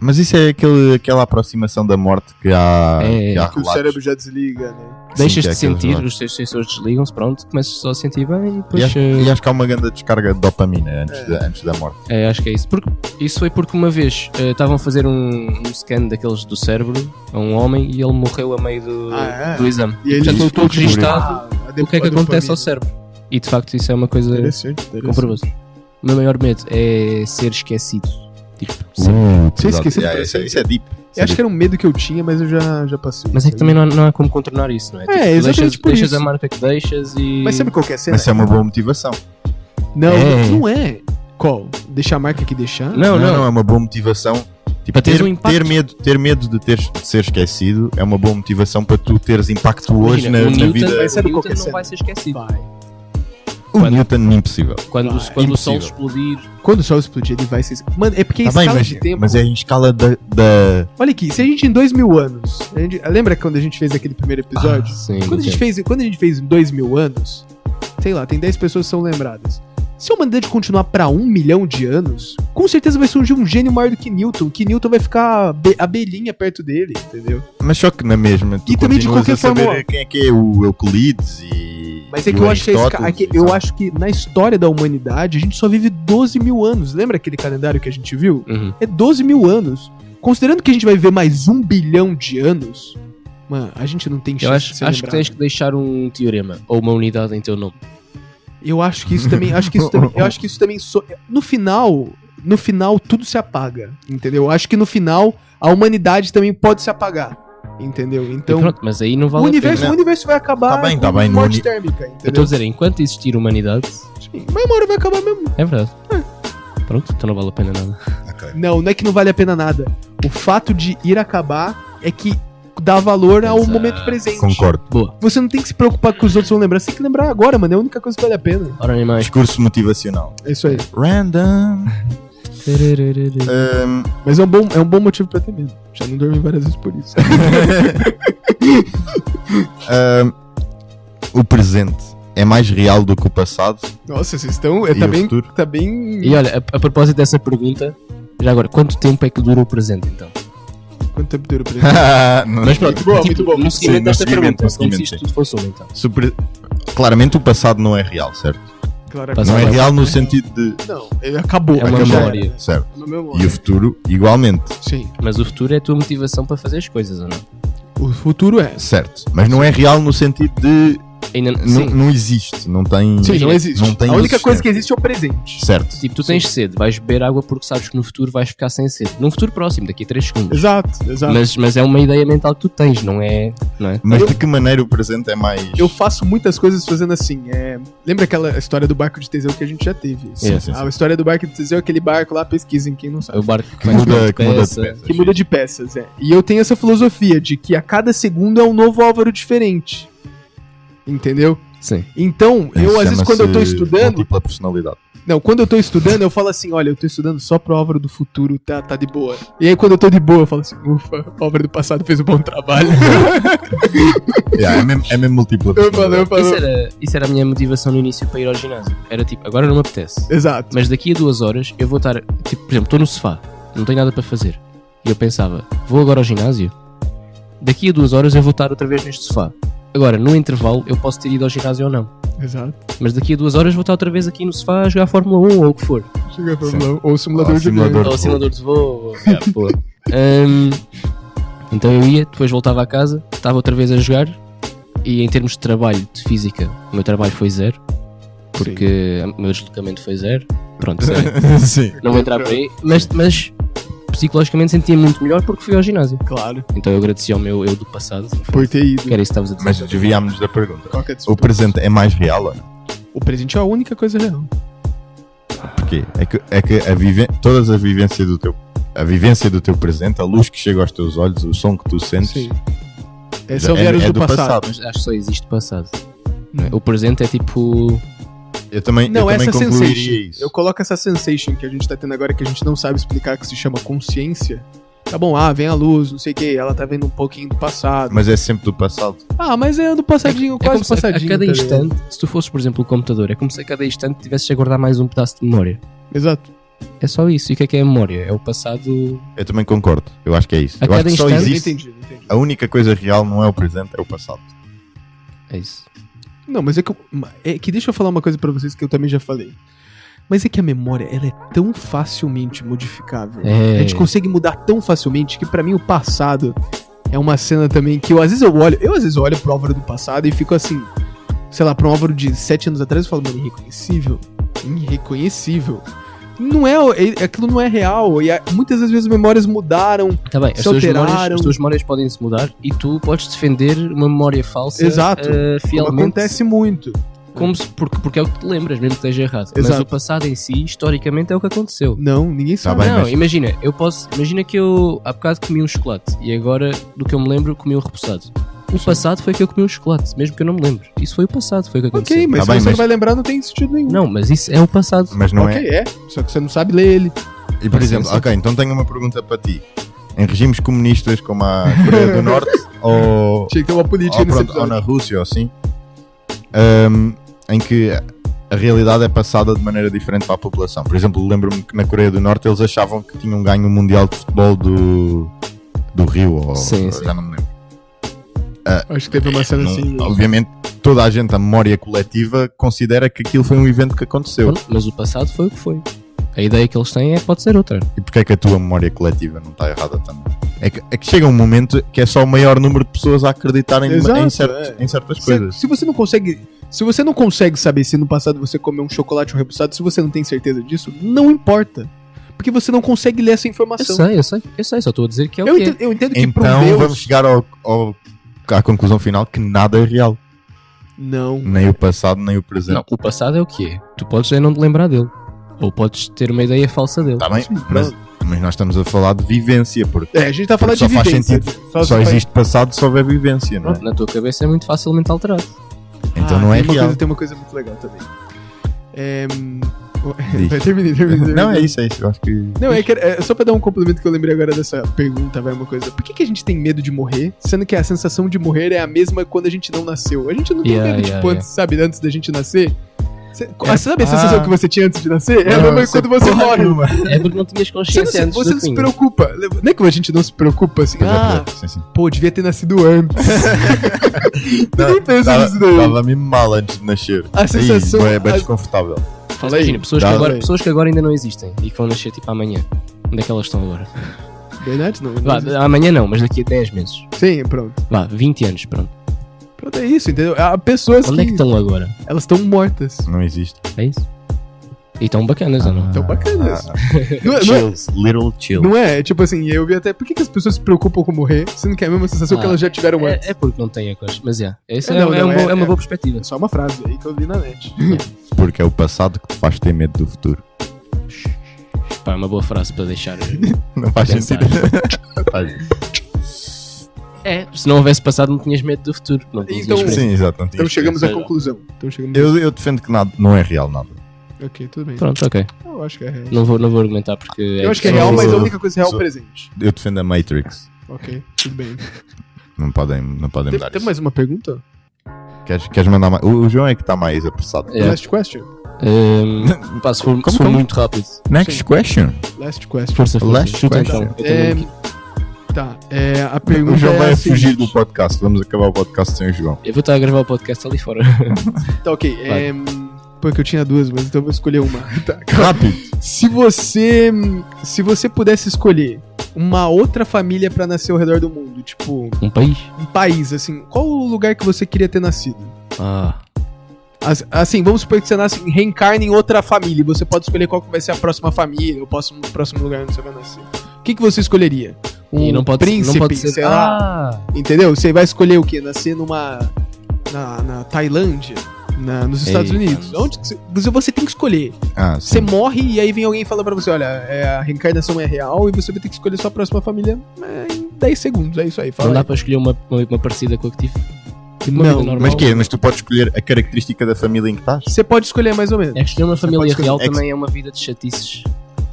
Speaker 1: Mas isso é aquele, aquela aproximação da morte que há.
Speaker 3: É,
Speaker 1: que há
Speaker 2: Que o
Speaker 1: relatos.
Speaker 2: cérebro já desliga, né?
Speaker 1: Sim,
Speaker 3: Deixas
Speaker 1: que é
Speaker 3: de
Speaker 1: aqueles
Speaker 3: sentir,
Speaker 1: relatos.
Speaker 3: os teus sensores desligam-se, pronto, começas só a sentir bem e depois.
Speaker 1: E acho,
Speaker 3: eh,
Speaker 1: e acho que há uma grande descarga de dopamina antes, da, antes da morte.
Speaker 3: É, acho que é isso. Porque isso foi porque uma vez eh, estavam a fazer um, um scan daqueles do cérebro a um homem e ele morreu a meio do,
Speaker 2: Ah, é?
Speaker 3: do exame.
Speaker 2: E aí ele
Speaker 3: Portanto,
Speaker 1: soltou
Speaker 3: ficou
Speaker 1: o descobrir.
Speaker 3: registado
Speaker 2: a
Speaker 3: o que é que
Speaker 2: a dopamina.
Speaker 3: acontece ao cérebro. E de facto isso é uma coisa
Speaker 2: Interessante, interessante.
Speaker 3: comprovada. O meu maior medo é ser esquecido.
Speaker 1: Deep. Uh, exato.
Speaker 2: Sem esquecer de
Speaker 1: Yeah, isso, é- isso é deep. Isso
Speaker 2: Eu
Speaker 1: é
Speaker 2: acho que era um medo que eu tinha, mas eu já, já passei.
Speaker 3: Mas é que também não há, não há como contornar isso, não é?
Speaker 2: exatamente
Speaker 3: deixas,
Speaker 2: por
Speaker 3: deixas
Speaker 2: isso.
Speaker 3: a marca que deixas e.
Speaker 2: Mas sabe qual que é a cena?
Speaker 1: Mas isso é uma boa motivação.
Speaker 2: Não,
Speaker 3: É.
Speaker 2: não é. Qual? Deixar a marca que deixar?
Speaker 3: Não, não.
Speaker 1: é uma boa motivação. Tipo,
Speaker 3: Para teres
Speaker 1: ter,
Speaker 3: um impacto.
Speaker 1: ter medo, ter medo de, teres, de ser esquecido é uma boa motivação para tu teres impacto hoje
Speaker 3: Imagina,
Speaker 1: na,
Speaker 3: o
Speaker 1: na
Speaker 3: Newton,
Speaker 1: vida.
Speaker 2: vai ser-
Speaker 3: O
Speaker 2: Sabe qual
Speaker 3: Newton
Speaker 2: que é a
Speaker 3: não
Speaker 2: cena?
Speaker 3: vai ser esquecido.
Speaker 2: Vai.
Speaker 1: O Newton, impossível.
Speaker 3: Quando,
Speaker 2: Vai,
Speaker 3: quando o sol
Speaker 1: impossível.
Speaker 3: explodir.
Speaker 2: Quando o sol explodir, ele vai ser. Mano, é porque
Speaker 1: Tá
Speaker 2: a
Speaker 1: bem,
Speaker 2: escala
Speaker 1: mas,
Speaker 2: de tempo.
Speaker 1: mas é em escala da. da-
Speaker 2: Olha aqui, se a gente em dois mil anos. a gente- lembra quando a gente fez aquele primeiro episódio?
Speaker 3: Sim,
Speaker 2: quando, a gente fez, quando a gente fez em dois mil anos, sei lá, tem 10 pessoas que são lembradas. Se a humanidade continuar pra um milhão de anos, com certeza vai surgir um gênio maior do que Newton, que Newton vai ficar abe- abelhinha perto dele, entendeu?
Speaker 1: Mas só que na mesma. Tu
Speaker 2: E também de
Speaker 1: continuas
Speaker 2: qualquer
Speaker 1: a saber
Speaker 2: forma-
Speaker 1: quem é que é o Euclides e.
Speaker 2: Mas é
Speaker 1: e
Speaker 2: que
Speaker 1: o
Speaker 2: eu acho que, a esca-
Speaker 1: Aristóteles,
Speaker 2: é que eu
Speaker 1: sabe?
Speaker 2: acho que na história da humanidade a gente só vive 12 mil anos. Lembra aquele calendário que a gente viu?
Speaker 3: Uhum.
Speaker 2: É 12 mil anos. Considerando que a gente vai viver mais um bilhão de anos, mano, a gente não tem
Speaker 3: Eu
Speaker 2: chance de
Speaker 3: acho,
Speaker 2: ser
Speaker 3: acho que
Speaker 2: lembrado.
Speaker 3: tens que deixar um teorema ou uma unidade em teu nome.
Speaker 2: Eu acho que isso também, acho que isso também, eu acho que isso também so- no final, no final tudo se apaga, entendeu? Eu acho que no final a humanidade também pode se apagar, entendeu?
Speaker 3: Então,
Speaker 2: Então,
Speaker 3: pronto, mas aí não
Speaker 2: o
Speaker 3: vale a
Speaker 2: universo,
Speaker 3: pena.
Speaker 2: o universo vai acabar
Speaker 1: Tá bem,
Speaker 2: com
Speaker 1: tá bem, no
Speaker 2: morte
Speaker 1: uni-
Speaker 2: térmica,
Speaker 3: Eu estou a
Speaker 2: entendeu?
Speaker 3: dizer, enquanto existir humanidade,
Speaker 2: Sim, Mas uma hora vai acabar mesmo.
Speaker 3: é verdade. Pronto, então não vale a pena nada.
Speaker 2: Não, não é que não vale a pena nada. O fato de ir acabar é que dá valor ao
Speaker 3: Exato.
Speaker 2: momento presente.
Speaker 1: Concordo.
Speaker 2: Você não tem que se preocupar com os outros vão lembrar, você tem que lembrar agora, mano. É a única coisa que vale a pena.
Speaker 3: Ora, animais.
Speaker 1: Discurso motivacional.
Speaker 2: É isso aí.
Speaker 1: Random. Hum, Ahm,
Speaker 2: Mas é um bom, é um bom motivo pra ter medo. Já não dormi várias vezes por isso.
Speaker 1: ahm, o presente é mais real do que o passado <laughs>
Speaker 2: Nossa, vocês estão.
Speaker 1: e
Speaker 2: É, tá,
Speaker 1: o
Speaker 2: bem,
Speaker 1: futuro.
Speaker 2: tá bem.
Speaker 3: E olha, a, a propósito dessa pergunta, já agora, quanto tempo é que dura o presente então?
Speaker 2: Quanto tempo dura pra ele?
Speaker 1: Não,
Speaker 3: Mas pronto,
Speaker 2: Muito bom, muito bom.
Speaker 3: no seguimento
Speaker 1: Sim, no
Speaker 3: desta
Speaker 1: seguimento,
Speaker 3: pergunta,
Speaker 1: no
Speaker 3: como
Speaker 1: seguimento,
Speaker 3: se isto tudo fosse uma então.
Speaker 1: se o pre- Claramente o passado não é real, certo?
Speaker 2: Claro,
Speaker 3: Mas
Speaker 1: Não é
Speaker 3: agora-
Speaker 1: real no sentido de.
Speaker 2: Não, ele acabou.
Speaker 3: É uma
Speaker 2: acabou.
Speaker 3: memória.
Speaker 1: Certo.
Speaker 2: É uma
Speaker 1: E
Speaker 2: memória.
Speaker 1: o futuro, igualmente.
Speaker 2: Sim.
Speaker 3: Mas o futuro é a tua motivação para fazer as coisas, ou não?
Speaker 2: O futuro é.
Speaker 1: Certo. Mas não é real no sentido de.
Speaker 3: Ainda não-
Speaker 1: Não,
Speaker 3: sim.
Speaker 1: não existe. Não tem.
Speaker 2: Sim, não existe.
Speaker 1: é, Não tem né?
Speaker 2: a única
Speaker 1: existência.
Speaker 2: coisa que existe é o presente.
Speaker 1: Certo.
Speaker 3: Tipo, tu tens sede, vais beber água porque sabes que no futuro vais ficar sem sede. Num futuro próximo, daqui a 3 segundos.
Speaker 2: Exato, exato.
Speaker 3: Mas, mas é uma ideia mental que tu tens, não é? Não é?
Speaker 1: Mas
Speaker 2: Eu-
Speaker 1: de que maneira o presente é mais.
Speaker 2: Eu faço muitas coisas fazendo assim. é, Lembra aquela história do barco de Teseu que a gente já teve?
Speaker 1: Sim, sim,
Speaker 2: A história do barco de Teseu é aquele barco lá, pesquisem, quem não
Speaker 3: É
Speaker 2: sabe.
Speaker 3: o barco que,
Speaker 1: Que
Speaker 3: faz
Speaker 1: muda,
Speaker 3: parte
Speaker 1: que muda de
Speaker 3: dessa-
Speaker 1: peças.
Speaker 2: Que muda de peças, é. E eu tenho essa filosofia de que a cada segundo é um novo Álvaro diferente. Entendeu?
Speaker 3: Sim.
Speaker 2: Então, eu às vezes
Speaker 1: Chama-se
Speaker 2: quando eu tô estudando,
Speaker 1: Múltipla
Speaker 2: <laughs>
Speaker 1: personalidade.
Speaker 2: Não, quando eu tô estudando, eu falo assim, olha, eu tô estudando só pra obra do futuro, tá, tá de boa. E aí quando eu tô de boa, eu falo assim, ufa, a obra do passado fez um bom trabalho.
Speaker 1: Yeah, é, mesmo, é mesmo múltipla
Speaker 2: eu falo, eu
Speaker 1: personalidade.
Speaker 2: falo.
Speaker 3: Isso era, isso era a minha motivação no início para ir ao ginásio. Era tipo, agora não me apetece.
Speaker 2: Exato.
Speaker 3: Mas daqui a duas horas eu vou estar, tipo, por exemplo, estou no sofá, não tenho nada para fazer. E eu pensava, vou agora ao ginásio? Daqui a duas horas eu vou estar outra vez neste sofá. Agora, no intervalo, eu posso ter ido ao ginásio ou não.
Speaker 2: Exato.
Speaker 3: Mas daqui a duas horas vou estar outra vez aqui no sofá a jogar Fórmula 1 ou o que for.
Speaker 2: Chega pra lá, ou o simulador
Speaker 1: Ou simulador.
Speaker 2: de simulador.
Speaker 3: Ou
Speaker 1: voo.
Speaker 3: simulador de <laughs> voo. ou- Ah, boa. Hum, então eu ia, depois voltava a casa, estava outra vez a jogar. E em termos de trabalho, de física, o meu trabalho foi zero. Porque o meu deslocamento foi zero. Pronto, zero.
Speaker 1: <laughs> Sim.
Speaker 3: não vou entrar por aí. Mas, mas psicologicamente sentia muito melhor porque fui ao ginásio.
Speaker 2: Claro,
Speaker 3: Então eu agradeci ao meu eu do passado.
Speaker 2: por ter ido.
Speaker 3: Que era isso que estavas a dizer.
Speaker 1: Mas desviámos da pergunta.
Speaker 2: Qual que é a
Speaker 1: O
Speaker 2: disputa?
Speaker 1: presente é mais real ou não?
Speaker 2: O presente é a única coisa real.
Speaker 1: Porquê? É que, é que a vive... todas as vivências do teu. A vivência do teu presente, a luz que chega aos teus olhos, o som que tu sentes,
Speaker 2: Sim. É só ver os do, passado.
Speaker 3: Mas acho que só existe passado. não é? O presente é tipo.
Speaker 1: Eu também,
Speaker 2: Não,
Speaker 1: eu
Speaker 2: essa
Speaker 1: também
Speaker 2: sensation.
Speaker 1: concluiria isso.
Speaker 2: Eu coloco essa sensation que a gente tá tendo agora, que a gente não sabe explicar, que se chama consciência. Tá bom, ah, vem a luz, não sei o que, ela tá vendo um pouquinho do passado.
Speaker 1: Mas é sempre do passado.
Speaker 2: Ah, mas é do passadinho,
Speaker 3: é
Speaker 2: quase
Speaker 3: como se a-
Speaker 2: passadinho.
Speaker 3: a cada
Speaker 2: tá ligado?
Speaker 3: instante, se tu fosses, por exemplo, o computador, é como se a cada instante tivesses a guardar mais um pedaço de memória.
Speaker 2: Exato.
Speaker 3: É só isso. E o que é que é a memória? É o passado.
Speaker 1: Eu também concordo. Eu acho que é isso.
Speaker 3: A
Speaker 1: eu acho
Speaker 3: cada
Speaker 1: que só
Speaker 3: instante-
Speaker 1: existe.
Speaker 2: Entendi, entendi.
Speaker 1: A única coisa real não é o presente, é o passado.
Speaker 3: É isso.
Speaker 2: Não, mas é que, eu- é que deixa eu falar uma coisa pra vocês que eu também já falei. Mas é que a memória, ela é tão facilmente modificável.
Speaker 3: É.
Speaker 2: A gente consegue mudar tão facilmente que pra mim o passado é uma cena também que eu às vezes eu olho, eu às vezes olho pro Álvaro do passado e fico assim, sei lá, pra um Álvaro de 7 anos atrás eu falo, mano, irreconhecível, irreconhecível. Não é, é- aquilo não é real. E a- muitas das vezes as memórias mudaram.
Speaker 3: Tá bem, as
Speaker 2: Se
Speaker 3: tuas,
Speaker 2: alteraram.
Speaker 3: memórias, as tuas memórias podem se mudar e tu podes defender uma memória falsa
Speaker 2: Exato.
Speaker 3: eh,
Speaker 2: Como
Speaker 3: fielmente.
Speaker 2: acontece muito.
Speaker 3: como se- porque, porque é o que te lembras, mesmo que esteja errado. Mas
Speaker 2: Exato.
Speaker 3: o passado em si, historicamente, é o que aconteceu.
Speaker 2: Não, ninguém sabe.
Speaker 1: Tá bem,
Speaker 3: não,
Speaker 1: mas-
Speaker 3: imagina, eu posso. Imagina que eu há bocado comi um chocolate e agora, do que eu me lembro, comi um repousado. O passado foi que eu comi um chocolate, mesmo que eu não me lembre. Isso foi o passado, foi o que aconteceu.
Speaker 2: Ok, mas
Speaker 1: Tá
Speaker 2: se
Speaker 1: bem,
Speaker 2: você
Speaker 1: mas-
Speaker 2: não vai lembrar, não tem sentido nenhum.
Speaker 3: Não, mas isso é o passado.
Speaker 1: Mas não é.
Speaker 2: ok, é. Só que você não sabe ler ele.
Speaker 1: E por
Speaker 3: Sim,
Speaker 1: exemplo,
Speaker 3: sim.
Speaker 1: ok, então tenho uma pergunta para ti. Em regimes comunistas como a Coreia
Speaker 3: <laughs>
Speaker 1: do Norte ou,
Speaker 2: Tinha que ter uma política
Speaker 1: ou,
Speaker 2: nesse
Speaker 1: pronto, ou
Speaker 2: episódio.
Speaker 1: na Rússia ou assim, ahm, em que a realidade é passada de maneira diferente para a população. Por exemplo, lembro-me que na Coreia do Norte eles achavam que tinham ganho o Mundial de Futebol do, do Rio, ou
Speaker 3: Sim,
Speaker 1: ou
Speaker 3: sim.
Speaker 1: já não me lembro.
Speaker 2: Acho que teve uma cena
Speaker 1: né. Não-
Speaker 2: assim.
Speaker 1: obviamente, toda a gente, a memória coletiva, considera que aquilo foi um evento que aconteceu.
Speaker 3: Pronto, mas o passado foi o que foi. A ideia que eles têm é que pode ser outra.
Speaker 1: E porque é que a tua memória coletiva não está errada também? É que, é que chega um momento que é só o maior número de pessoas a acreditarem em-
Speaker 2: Exato, é.
Speaker 1: em, certo- em certas
Speaker 2: Se,
Speaker 1: coisas.
Speaker 2: se você não consegue. Se você não consegue saber se no passado você comeu um chocolate ou um rebuçado, se você não tem certeza disso, não importa. Porque você não consegue ler essa
Speaker 3: Eu
Speaker 2: informação.
Speaker 3: sei, eu sei, eu sei, só estou a dizer que é o
Speaker 2: Eu
Speaker 3: que é.
Speaker 2: entendo, eu entendo que pro
Speaker 1: Então
Speaker 2: tipo um Deus.
Speaker 1: vamos chegar ao- ao- à conclusão final que nada é real.
Speaker 2: Não.
Speaker 1: Nem o passado, nem o presente.
Speaker 3: Não, o passado é o que é. Tu podes é não te lembrar dele. Ou podes ter uma ideia falsa dele.
Speaker 1: Está Tá bem?
Speaker 2: Sim,
Speaker 1: mas, mas nós estamos a falar de vivência, porque
Speaker 2: É, a gente tá falando
Speaker 1: Só
Speaker 2: de
Speaker 1: faz
Speaker 2: vivência.
Speaker 1: só existe passado se houver vivência, não é?
Speaker 3: Na tua cabeça é muito facilmente alterado.
Speaker 1: Então
Speaker 2: Ah,
Speaker 1: não é
Speaker 2: tem uma
Speaker 1: real.
Speaker 2: Coisa, tem uma coisa muito legal também. É. hum, <laughs>
Speaker 1: Diz.
Speaker 2: terminei, terminei, terminei.
Speaker 1: Não, é isso, é isso. Eu acho que.
Speaker 2: Não, é, que, é só pra dar um complemento que eu lembrei agora dessa pergunta, vai uma coisa. Por que, que a gente tem medo de morrer, sendo que a sensação de morrer é a mesma quando a gente não nasceu? A gente não tem
Speaker 3: Yeah,
Speaker 2: medo,
Speaker 3: yeah,
Speaker 2: tipo,
Speaker 3: yeah.
Speaker 2: antes, sabe, antes da gente nascer? Cê-
Speaker 1: É-
Speaker 2: sabe a
Speaker 1: Ah.
Speaker 2: sensação que você tinha antes de nascer? É a
Speaker 1: Não,
Speaker 2: mesma
Speaker 1: isso
Speaker 2: quando
Speaker 1: é
Speaker 2: você
Speaker 1: porra
Speaker 2: morre.
Speaker 1: nenhuma.
Speaker 3: É porque não tinhas
Speaker 2: Você não,
Speaker 3: consciência
Speaker 2: se,
Speaker 3: antes
Speaker 2: você
Speaker 3: do
Speaker 2: não se
Speaker 3: fim.
Speaker 2: preocupa. Não é que a gente não se preocupa assim.
Speaker 1: Pois é,
Speaker 2: Ah,
Speaker 1: pois é. Sim, sim.
Speaker 2: pô, devia ter nascido
Speaker 3: <laughs>
Speaker 2: antes. Ninguém pensa nisso daí.
Speaker 1: Estava mesmo mal antes de nascer.
Speaker 2: A sensação-
Speaker 1: Ih, é bem
Speaker 2: a-
Speaker 1: desconfortável.
Speaker 3: Mas
Speaker 2: aí.
Speaker 3: imagina, pessoas que,
Speaker 1: Dá-
Speaker 3: agora,
Speaker 2: aí.
Speaker 3: pessoas que agora ainda não existem e que vão nascer tipo amanhã. Onde é que elas estão agora?
Speaker 2: Verdade, não. não
Speaker 3: Vá,
Speaker 2: existe.
Speaker 3: amanhã não, mas daqui a 10 meses.
Speaker 2: Sim, pronto.
Speaker 3: Vá, 20 anos, pronto.
Speaker 2: Pronto, é isso, entendeu? Há pessoas
Speaker 3: Onde é que
Speaker 2: que
Speaker 3: estão agora?
Speaker 2: elas estão mortas.
Speaker 1: Não existe.
Speaker 3: É isso? E estão bacanas ou não?
Speaker 2: Estão bacanas.
Speaker 3: <laughs>
Speaker 1: Ah.
Speaker 2: Não é- não é-
Speaker 1: Chills, little
Speaker 3: então
Speaker 1: chills.
Speaker 2: Não é? Tipo assim, eu vi até. Por que, que as pessoas se preocupam com morrer, sendo que é a mesma sensação que
Speaker 3: Ah,
Speaker 2: elas já tiveram antes?
Speaker 3: É, é porque não tem a coisa. Mas yeah, isso
Speaker 2: É,
Speaker 3: é,
Speaker 2: não,
Speaker 3: é
Speaker 2: não,
Speaker 3: um
Speaker 2: é-
Speaker 3: bom- é uma
Speaker 2: é.
Speaker 3: boa perspectiva.
Speaker 2: É só uma frase aí que eu vi na net.
Speaker 1: Porque é o passado que te faz ter medo do futuro. <laughs>
Speaker 3: Pá, é uma boa frase para deixar.
Speaker 1: Não faz
Speaker 3: Pensar.
Speaker 1: sentido. Faz-
Speaker 3: É, se não houvesse passado, não tinhas medo do futuro. Não tinhas
Speaker 2: Então-
Speaker 3: medo.
Speaker 1: Sim, exato. não tinha
Speaker 2: Então chegamos à
Speaker 3: sei lá.
Speaker 2: conclusão. Então chegamos.
Speaker 1: é Eu, eu defendo que nada, não é real nada.
Speaker 2: Ok, tudo bem.
Speaker 3: Pronto, ok.
Speaker 2: Eu acho que é real.
Speaker 3: Não vou, não vou argumentar porque.
Speaker 2: Eu acho que é
Speaker 1: sou-
Speaker 2: real, mas a
Speaker 1: sou-
Speaker 2: única coisa real é o
Speaker 1: sou-
Speaker 2: presente.
Speaker 1: Eu defendo a Matrix.
Speaker 2: Ok, tudo bem.
Speaker 1: Não podem, não podem
Speaker 2: Tem,
Speaker 1: mudar
Speaker 2: tem
Speaker 1: isso.
Speaker 2: mais uma pergunta?
Speaker 1: Queres, queres mandar mais? O, o João é que está mais apressado.
Speaker 3: É.
Speaker 2: Last question.
Speaker 1: <laughs>
Speaker 3: Ehm, pá, se for, se for
Speaker 1: como?
Speaker 3: muito rápido.
Speaker 1: Next question.
Speaker 2: Last question.
Speaker 3: Força, força.
Speaker 1: Last
Speaker 3: Chuta
Speaker 1: question.
Speaker 3: então. Eu tenho
Speaker 2: É,
Speaker 3: aqui.
Speaker 2: Tá, é, a
Speaker 1: O
Speaker 2: pergunta
Speaker 1: João
Speaker 2: é
Speaker 1: vai
Speaker 2: a seguinte.
Speaker 1: fugir do podcast. Vamos acabar o podcast sem o João.
Speaker 3: Eu vou estar a gravar o podcast
Speaker 1: <laughs>
Speaker 3: ali fora.
Speaker 2: Tá, ok. É, pô, que eu tinha duas, mas então eu vou escolher uma. Tá,
Speaker 1: Rápido.
Speaker 2: Se você. Se você pudesse escolher uma outra família pra nascer ao redor do mundo, tipo,
Speaker 3: Um país?
Speaker 2: um país, assim, qual o lugar que você queria ter nascido?
Speaker 3: Ah.
Speaker 2: As- Assim, vamos supor que você nasce, reencarna em outra família. e Você pode escolher qual que vai ser a próxima família, ou posso- o próximo lugar onde você vai nascer. O que, que você escolheria? Um
Speaker 3: e não pode,
Speaker 2: príncipe,
Speaker 3: não pode ser.
Speaker 2: sei lá.
Speaker 3: Ah,
Speaker 2: Entendeu? Você vai escolher o quê? Nascer numa. na, na Tailândia? Na- nos Estados
Speaker 3: Eita.
Speaker 2: Unidos. Onde que você- você, você tem que escolher.
Speaker 1: Ah,
Speaker 2: Você
Speaker 1: sim.
Speaker 2: morre e aí vem alguém e fala pra você: olha, é, a reencarnação é real e você vai ter que escolher sua próxima família é, em 10 segundos. É isso aí.
Speaker 3: não
Speaker 2: Fala.
Speaker 3: dá
Speaker 2: aí.
Speaker 3: para escolher uma, uma, uma parecida com a que tive. Tive uma
Speaker 2: Não,
Speaker 3: vida normal.
Speaker 1: Mas é? quê? Mas tu podes escolher a característica da família em que estás?
Speaker 2: Você pode escolher mais ou menos.
Speaker 3: É que escolher uma
Speaker 1: pode
Speaker 3: família
Speaker 1: escolher-
Speaker 2: um
Speaker 3: real
Speaker 1: é que-
Speaker 3: também é uma vida de chatices.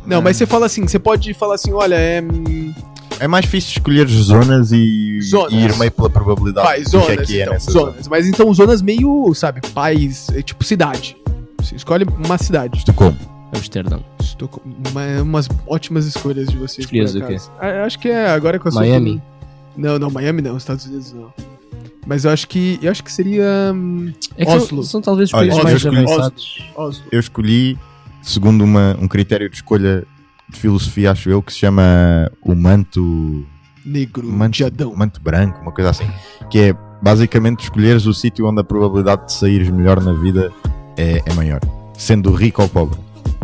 Speaker 2: Não, mas você fala assim: você pode falar assim: olha, é. hum,
Speaker 1: É mais fixe escolher zonas e,
Speaker 2: Zonas.
Speaker 1: e ir meio pela probabilidade
Speaker 2: Vai,
Speaker 1: do que
Speaker 2: zonas,
Speaker 1: é que é
Speaker 2: então,
Speaker 1: nessa zona.
Speaker 2: zonas. Mas então zonas meio, sabe, país, é tipo cidade. Você escolhe uma cidade.
Speaker 1: Estocolmo.
Speaker 3: Amsterdão.
Speaker 2: Estou com uma- umas ótimas escolhas de vocês. por
Speaker 3: Escolhas o
Speaker 2: acaso. Ah, Acho que é agora com a sua
Speaker 3: Miami?
Speaker 2: opinião. Não, não, Miami não, Estados Unidos não. Mas eu acho que. Eu acho que seria. hum,
Speaker 3: É que são-
Speaker 2: Oslo.
Speaker 3: São, talvez os
Speaker 1: Olha,
Speaker 3: países
Speaker 1: Oslo,
Speaker 3: mais
Speaker 1: eu escolhi
Speaker 3: avançados.
Speaker 2: Oslo.
Speaker 1: eu escolhi, segundo uma- um critério de escolha de filosofia, acho eu, que se chama o manto,
Speaker 2: Negro.
Speaker 1: manto,
Speaker 2: Jadão.
Speaker 1: manto branco, uma coisa assim, que é basicamente escolheres o sítio onde a probabilidade de saíres melhor na vida é, é maior, sendo rico ou pobre.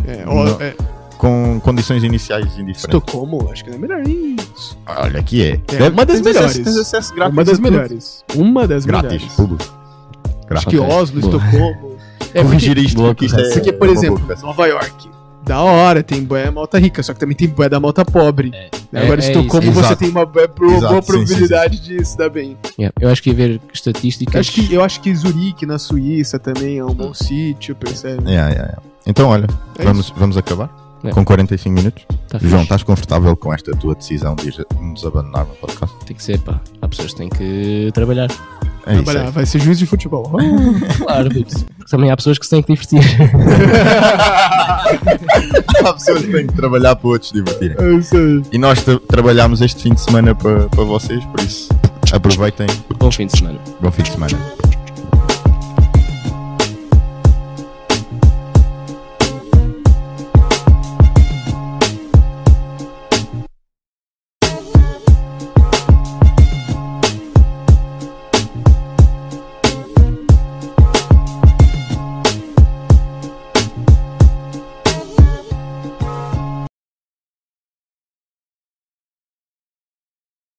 Speaker 2: É, ó-
Speaker 1: Não.
Speaker 2: é,
Speaker 1: com condições iniciais indiferentes.
Speaker 2: Estocolmo, acho que é melhor isso.
Speaker 1: Olha que é.
Speaker 2: É
Speaker 1: Deve-
Speaker 2: uma das
Speaker 1: tens acesso-
Speaker 2: melhores.
Speaker 1: tens acesso grátis
Speaker 2: uma
Speaker 1: a
Speaker 2: das
Speaker 1: tudo.
Speaker 2: melhores. Uma das
Speaker 1: Grátis,
Speaker 2: melhores.
Speaker 1: tudo. Grátis.
Speaker 2: Acho que Oslo,
Speaker 3: Boa.
Speaker 2: Estocolmo. É porque,
Speaker 1: Corrigir isto,
Speaker 3: Boa
Speaker 1: porque isto é.
Speaker 2: porque, por
Speaker 1: uma boa
Speaker 2: exemplo,
Speaker 1: conversa.
Speaker 2: Nova York. Da hora, tem boé malta rica, só que também tem boé da malta pobre. Né,
Speaker 3: É,
Speaker 2: Agora,
Speaker 3: é
Speaker 2: Estocolmo,
Speaker 1: isso.
Speaker 2: você
Speaker 1: Exato.
Speaker 2: tem uma boa pro-
Speaker 1: Exato, sim,
Speaker 2: boa
Speaker 1: sim,
Speaker 2: probabilidade de se dar bem.
Speaker 3: Yeah, Eu acho que ia ver estatísticas.
Speaker 2: Eu acho, que, eu acho que Zurique, na Suíça, também é um bom sítio, percebe?
Speaker 1: Yeah, yeah, yeah. Então, olha,
Speaker 2: É
Speaker 1: vamos, vamos acabar
Speaker 3: É.
Speaker 1: com 45 minutos.
Speaker 3: Tá fixe.
Speaker 1: João, estás confortável com esta tua decisão de ir- nos abandonar no podcast?
Speaker 3: Tem que ser, pá. Há pessoas que têm que trabalhar.
Speaker 1: É isso
Speaker 2: Trabalhar,
Speaker 1: aí.
Speaker 2: vai ser juiz de futebol. <laughs>
Speaker 3: Claro, <laughs> putz. Porque também há pessoas que se têm que divertir.
Speaker 1: <laughs> Há pessoas que têm que trabalhar para outros divertirem.
Speaker 2: Eu sei.
Speaker 1: E nós tra- trabalhámos este fim de semana para, para vocês, por isso aproveitem.
Speaker 3: Bom fim de semana.
Speaker 1: Bom fim de semana.